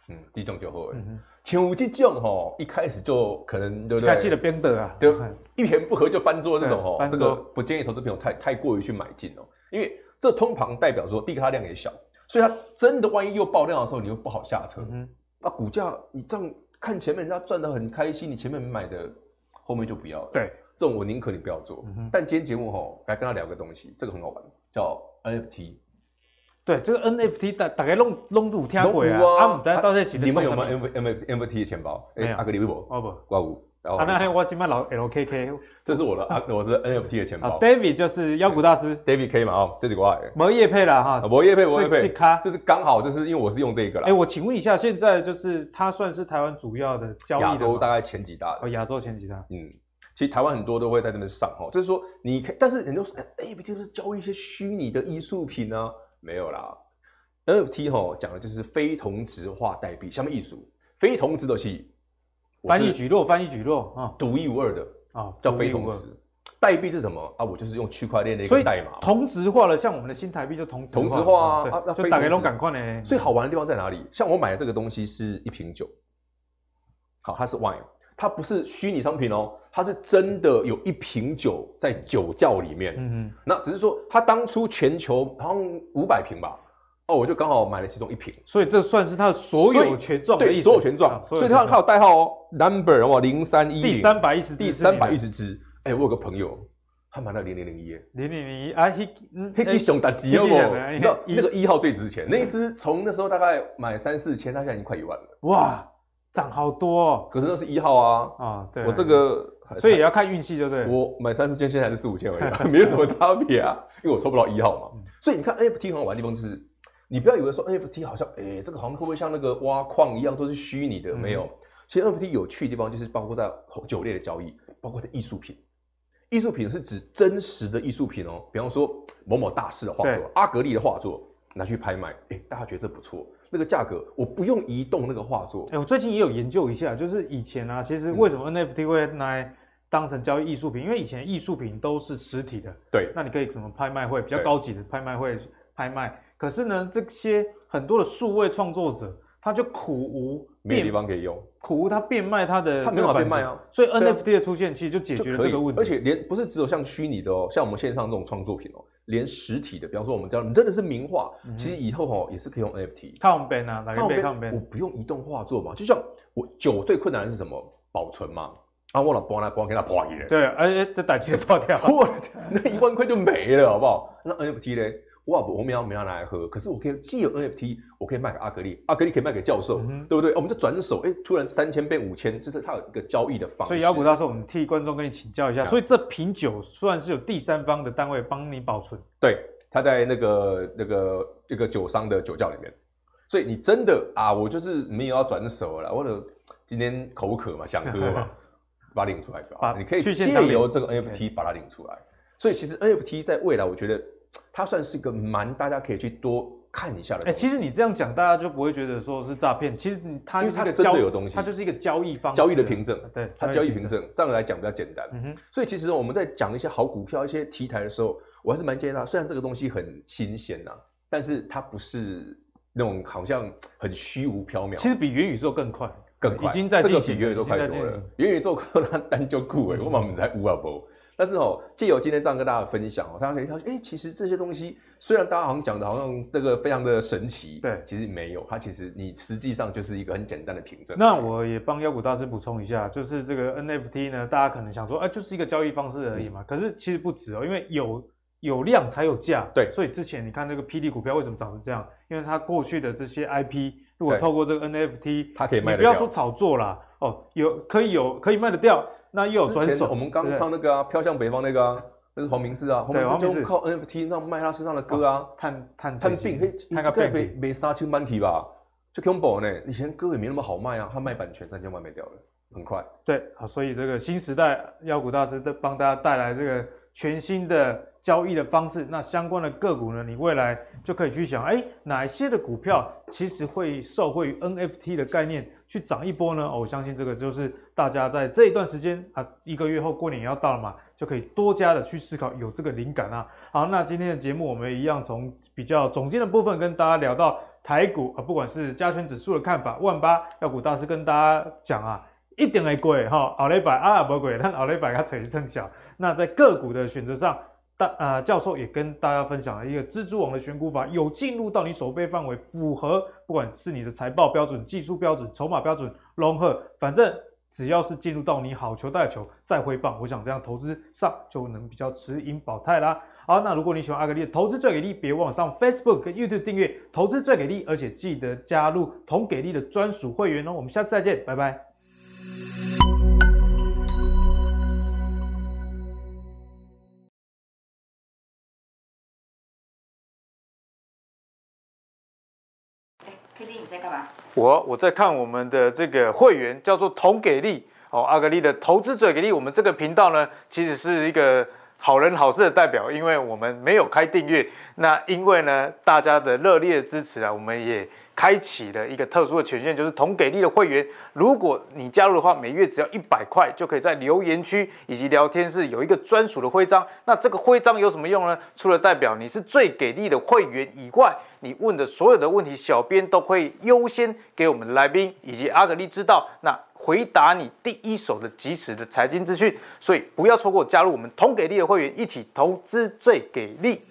[SPEAKER 4] 嗯，这种就会，
[SPEAKER 1] 嗯
[SPEAKER 4] 像有这种吼，一开始就可能对
[SPEAKER 1] 哼，
[SPEAKER 4] 不
[SPEAKER 1] 开戏的
[SPEAKER 4] 对？
[SPEAKER 1] 编的啊，
[SPEAKER 4] 对
[SPEAKER 1] 嗯，
[SPEAKER 4] 一言不合就翻桌这种
[SPEAKER 1] 对，
[SPEAKER 4] 吼
[SPEAKER 1] 嗯翻
[SPEAKER 4] 这
[SPEAKER 1] 桌
[SPEAKER 4] 个不建议投资朋友太太过于去买进哦，因为这通常代表说，第一个它量也小，所以它真的万一又爆量的时候，你又不好下车。
[SPEAKER 1] 嗯哼，
[SPEAKER 4] 那股价你这样看前面人家赚得很开心，你前面买的，后面就不要了。
[SPEAKER 1] 对，
[SPEAKER 4] 这种我宁可你不要做。
[SPEAKER 1] 嗯哼
[SPEAKER 4] 但今天节目吼，来跟他聊个东西，这个很好玩，叫 NFT。
[SPEAKER 1] 对，这个 NFT 大大概弄弄土听鬼啊
[SPEAKER 4] 龙骨，
[SPEAKER 1] 啊，唔知道到底是
[SPEAKER 4] 你
[SPEAKER 1] 咧创
[SPEAKER 4] 们有
[SPEAKER 1] 什
[SPEAKER 4] 没
[SPEAKER 1] 么？
[SPEAKER 4] 有 M M F T 的钱包？哎
[SPEAKER 1] 没有
[SPEAKER 4] 阿格里微博，
[SPEAKER 1] 哦不，
[SPEAKER 4] 挂五。然后
[SPEAKER 1] 啊，那天我今麦老 LKK
[SPEAKER 4] 这是我的啊，我是 N F T 的钱
[SPEAKER 1] 啊
[SPEAKER 4] 包。
[SPEAKER 1] ，David 就是妖股大师，
[SPEAKER 4] David K 嘛，哦，这几个我爱。
[SPEAKER 1] 没业配了哈
[SPEAKER 4] 啊，。我也配，我也
[SPEAKER 1] 这这
[SPEAKER 4] 配
[SPEAKER 1] 咖，
[SPEAKER 4] 这是刚好，就是因为我是用这个
[SPEAKER 1] 哎、
[SPEAKER 4] 啦。
[SPEAKER 1] 我请问一下，现在就是它算是台湾主要的交易的
[SPEAKER 4] 亚
[SPEAKER 1] 吗
[SPEAKER 4] 洲大概前几大的
[SPEAKER 1] 哦，亚洲前几大，
[SPEAKER 4] 嗯，其实台湾很多都会在那边上哦，就是说你可以，但是人家说，哎、n f t 不是交易一些虚拟的艺术品啊？没有啦，NFT 吼讲的就是非同质化代币，下面艺术，非同质的是我
[SPEAKER 1] 翻译
[SPEAKER 4] 是
[SPEAKER 1] 举落，翻译举落啊
[SPEAKER 4] 独一无二的，
[SPEAKER 1] 啊，哦
[SPEAKER 4] 叫非同
[SPEAKER 1] 独一无
[SPEAKER 4] 质
[SPEAKER 1] 二。
[SPEAKER 4] 代币是什么啊？我就是用区块链的一
[SPEAKER 1] 所
[SPEAKER 4] 个
[SPEAKER 1] 以
[SPEAKER 4] 代码。
[SPEAKER 1] 同质化了，像我们的新台币就同质
[SPEAKER 4] 同质化啊
[SPEAKER 1] 嗯
[SPEAKER 4] 啊那
[SPEAKER 1] 对，就
[SPEAKER 4] 非
[SPEAKER 1] 打开
[SPEAKER 4] 同质
[SPEAKER 1] 龙赶快呢。
[SPEAKER 4] 最好玩的地方在哪里？像我买的这个东西是一瓶酒，好，它是 wine，它不是虚拟商品哦，它是真的有一瓶酒在酒窖里面。
[SPEAKER 1] 嗯哼，
[SPEAKER 4] 那只是说，它当初全球好像五百瓶吧，哦，我就刚好买了其中一瓶，
[SPEAKER 1] 所以这算是它的所有权状的意
[SPEAKER 4] 对，
[SPEAKER 1] 思，
[SPEAKER 4] 所有权状
[SPEAKER 1] 啊，
[SPEAKER 4] 所以它它有代号哦，number 哦，零三一
[SPEAKER 1] 第三百一十，
[SPEAKER 4] 第三百一十支。哎，我有个朋友，他买到零零零一，
[SPEAKER 1] 零零零一啊，嘿，嗯
[SPEAKER 4] 黑吉
[SPEAKER 1] 哎
[SPEAKER 4] 熊达吉哦，
[SPEAKER 1] 那个
[SPEAKER 4] 你知道那个一号最值钱，那一支从那时候大概买三四千，它现在已经快一万了。
[SPEAKER 1] 哇，涨好多哦
[SPEAKER 4] 可是那是一号啊，
[SPEAKER 1] 啊，对，
[SPEAKER 4] 我这个
[SPEAKER 1] 所以也要看运气，对不对？
[SPEAKER 4] 我买三四千，现在还是四五千而已、
[SPEAKER 1] <laughs>
[SPEAKER 4] 啊，没有什么差别啊，因为我抽不到一号
[SPEAKER 1] 嗯
[SPEAKER 4] 嘛。所以你看 NFT 很好玩的地方就是，你不要以为说 NFT 好像，哎、这个好像会不会像那个挖矿一样都是虚拟的？
[SPEAKER 1] 嗯
[SPEAKER 4] 没有，其实 NFT 有趣的地方就是包括在酒类的交易，包括在艺术品。艺术品是指真实的艺术品哦，比方说某某大师的画
[SPEAKER 1] 对
[SPEAKER 4] 作，阿格力的画作拿去拍卖，哎、大家觉得这不错，那个价格我不用移动那个画作，
[SPEAKER 1] 哎、我最近也有研究一下，就是以前啊，其实
[SPEAKER 4] 嗯
[SPEAKER 1] 为什么 NFT 会拿来当成交易艺术品？因为以前艺术品都是实体的，
[SPEAKER 4] 对，
[SPEAKER 1] 那你可以什么拍卖会比较
[SPEAKER 4] 对
[SPEAKER 1] 高级的拍卖会拍卖。可是呢，这些很多的数位创作者，他就苦无
[SPEAKER 4] 没有地
[SPEAKER 1] 变
[SPEAKER 4] 方可以用。
[SPEAKER 1] 苦无他变卖他的
[SPEAKER 4] 他没
[SPEAKER 1] 这个
[SPEAKER 4] 办法
[SPEAKER 1] 版
[SPEAKER 4] 变卖
[SPEAKER 1] 权
[SPEAKER 4] 啊
[SPEAKER 1] 所以
[SPEAKER 4] 对啊
[SPEAKER 1] NFT 的出现其实就解
[SPEAKER 4] 就
[SPEAKER 1] 决了
[SPEAKER 4] 可
[SPEAKER 1] 这
[SPEAKER 4] 以
[SPEAKER 1] 个问题。
[SPEAKER 4] 而且连不是只有像虚拟的哦，像我们线上这种创作品哦，连实体的，比方说我们教你真的是名画，
[SPEAKER 1] 嗯
[SPEAKER 4] 其实以后哦也是可以用 NFT。
[SPEAKER 1] 抗 ban 啊，哪个被抗
[SPEAKER 4] 我
[SPEAKER 1] ban？
[SPEAKER 4] 不用移动画作嘛，就像我酒最困难的是什么？保存嘛。啊，我老搬来搬给他破了，
[SPEAKER 1] 对，而且这胆汁倒掉。
[SPEAKER 4] 我的天那一万块就没了，好不好？那 NFT 呢？哇，我们要我们要拿来喝，可是我可以既有 NFT，我可以卖给阿格力，阿格力可以卖给教授，
[SPEAKER 1] 嗯哼
[SPEAKER 4] 对不对？我们就转手，哎，突然三千变五千，就是它有一个交易的方式。
[SPEAKER 1] 所以妖股大师，我们替观众跟你请教一下，
[SPEAKER 4] 啊
[SPEAKER 1] 所以这瓶酒算是有第三方的单位帮你保存。
[SPEAKER 4] 对，他在那个那个那个酒商的酒窖里面，所以你真的啊，我就是没有要转手了，或者今天口渴嘛，想喝 <laughs> 嘛，把它领出来就好
[SPEAKER 1] 把。
[SPEAKER 4] 你可以
[SPEAKER 1] 去
[SPEAKER 4] 借
[SPEAKER 1] 现场领
[SPEAKER 4] 由这个 NFT 把它领出来。所以其实 NFT 在未来，我觉得它算是一个蛮大家可以去多看一下的
[SPEAKER 1] 哎、
[SPEAKER 4] 东西。
[SPEAKER 1] 其实你这样讲，大家就不会觉得说是诈骗。其实你它
[SPEAKER 4] 因
[SPEAKER 1] 就是
[SPEAKER 4] 为
[SPEAKER 1] 一
[SPEAKER 4] 它
[SPEAKER 1] 个
[SPEAKER 4] 真
[SPEAKER 1] 交
[SPEAKER 4] 的有东西
[SPEAKER 1] 它就是一个交易方式啊
[SPEAKER 4] 交易的凭证，
[SPEAKER 1] 对，
[SPEAKER 4] 它交易凭。证，这样来讲比较简单。
[SPEAKER 1] 嗯哼，
[SPEAKER 4] 所以其实我们在讲一些好股票、一些题材的时候，我还是蛮建议他，虽然这个东西很新鲜呐、但是它不是那种好像很虚无缥缈，
[SPEAKER 1] 其实比元宇宙更快，
[SPEAKER 4] 更快，
[SPEAKER 1] 已经在
[SPEAKER 4] 这个
[SPEAKER 1] 进
[SPEAKER 4] 比
[SPEAKER 1] 行了，
[SPEAKER 4] 元
[SPEAKER 1] 已经
[SPEAKER 4] 宇宙快
[SPEAKER 1] 在
[SPEAKER 4] 多
[SPEAKER 1] 进
[SPEAKER 4] 了
[SPEAKER 1] 行。
[SPEAKER 4] 元宇宙靠它单就酷哎，我们才无啊不。但是哦，借由今天这样跟大家分享哦，大家可以看，哎、其实这些东西虽然大家好像讲的好像这个非常的神奇，
[SPEAKER 1] 对
[SPEAKER 4] 其实没有，它其实你实际上就是一个很简单的凭证。
[SPEAKER 1] 那我也帮妖股大师补充一下，就是这个 NFT 呢，大家可能想说，哎、就是一个交易方式而已
[SPEAKER 4] 嗯
[SPEAKER 1] 嘛。可是其实不止哦，因为有有量才有价。
[SPEAKER 4] 对
[SPEAKER 1] 所以之前你看那个霹雳股票为什么涨成这样？因为它过去的这些 IP，如果
[SPEAKER 4] 对
[SPEAKER 1] 透过这个 NFT，
[SPEAKER 4] 它可以卖
[SPEAKER 1] 你
[SPEAKER 4] 得
[SPEAKER 1] 不要
[SPEAKER 4] 掉
[SPEAKER 1] 说炒作啦，哦，有可以有可以卖得掉，那又有转
[SPEAKER 4] 之前
[SPEAKER 1] 手。
[SPEAKER 4] 我们
[SPEAKER 1] 对
[SPEAKER 4] 刚刚
[SPEAKER 1] 不对
[SPEAKER 4] 唱那个啊，飘向北方那个啊，那是黄明志啊，黄
[SPEAKER 1] 对
[SPEAKER 4] 明
[SPEAKER 1] 黄
[SPEAKER 4] 志
[SPEAKER 1] 明
[SPEAKER 4] 就
[SPEAKER 1] 志哦
[SPEAKER 4] 靠 NFT 让卖他身上的歌啊，
[SPEAKER 1] 探探
[SPEAKER 4] 探病，
[SPEAKER 1] 探
[SPEAKER 4] 那
[SPEAKER 1] 个
[SPEAKER 4] 个
[SPEAKER 1] 病
[SPEAKER 4] 被被杀千万体吧，就 combo 呢，以前歌也没那么好卖啊，他卖版权三千万卖掉了，很快。
[SPEAKER 1] 对啊，所以这个新时代妖股大师的帮大家带来这个全新的交易的方式，那相关的个股呢，你未来就可以去想，哎，哪一些的股票其实会受惠于 NFT 的概念去涨一波呢？哦，我相信这个就是大家在这一段时间啊，一个月后过年也要到了嘛，就可以多加的去思考，有这个灵感啊。好，那今天的节目我们一样从比较总结的部分跟大家聊到台股啊，不管是加权指数的看法，万八要股大师跟大家讲啊，一定会贵哈，后礼拜啊也不贵，但后礼拜较找算小。那在个股的选择上，大呃教授也跟大家分享了一个蜘蛛网的选股法，有进入到你手背范围，符合不管是你的财报标准、技术标准、筹码标准、融合，反正只要是进入到你好球带球再挥棒，我想这样投资上就能比较持盈保泰啦。好，那如果你喜欢阿格力的投资最给力，别忘了上 Facebook 跟 YouTube 订阅投资最给力，而且记得加入同给力的专属会员哦。我们下次再见，拜拜。
[SPEAKER 5] 哎，K D 你在干嘛？
[SPEAKER 1] 我我在看我们的这个会员叫做同给力哦，阿格力的投资最给力。我们这个频道呢，其实是一个好人好事的代表，因为我们没有开订阅。那因为呢，大家的热烈支持啊，我们也开启了一个特殊的权限，就是同给力的会员。如果你加入的话，每月只要一百块，就可以在留言区以及聊天室有一个专属的徽章。那这个徽章有什么用呢？除了代表你是最给力的会员以外，你问的所有的问题，小编都会优先给我们的来宾以及阿格力知道，那回答你第一手的及时的财经资讯。所以不要错过加入我们同给力的会员，一起投资最给力。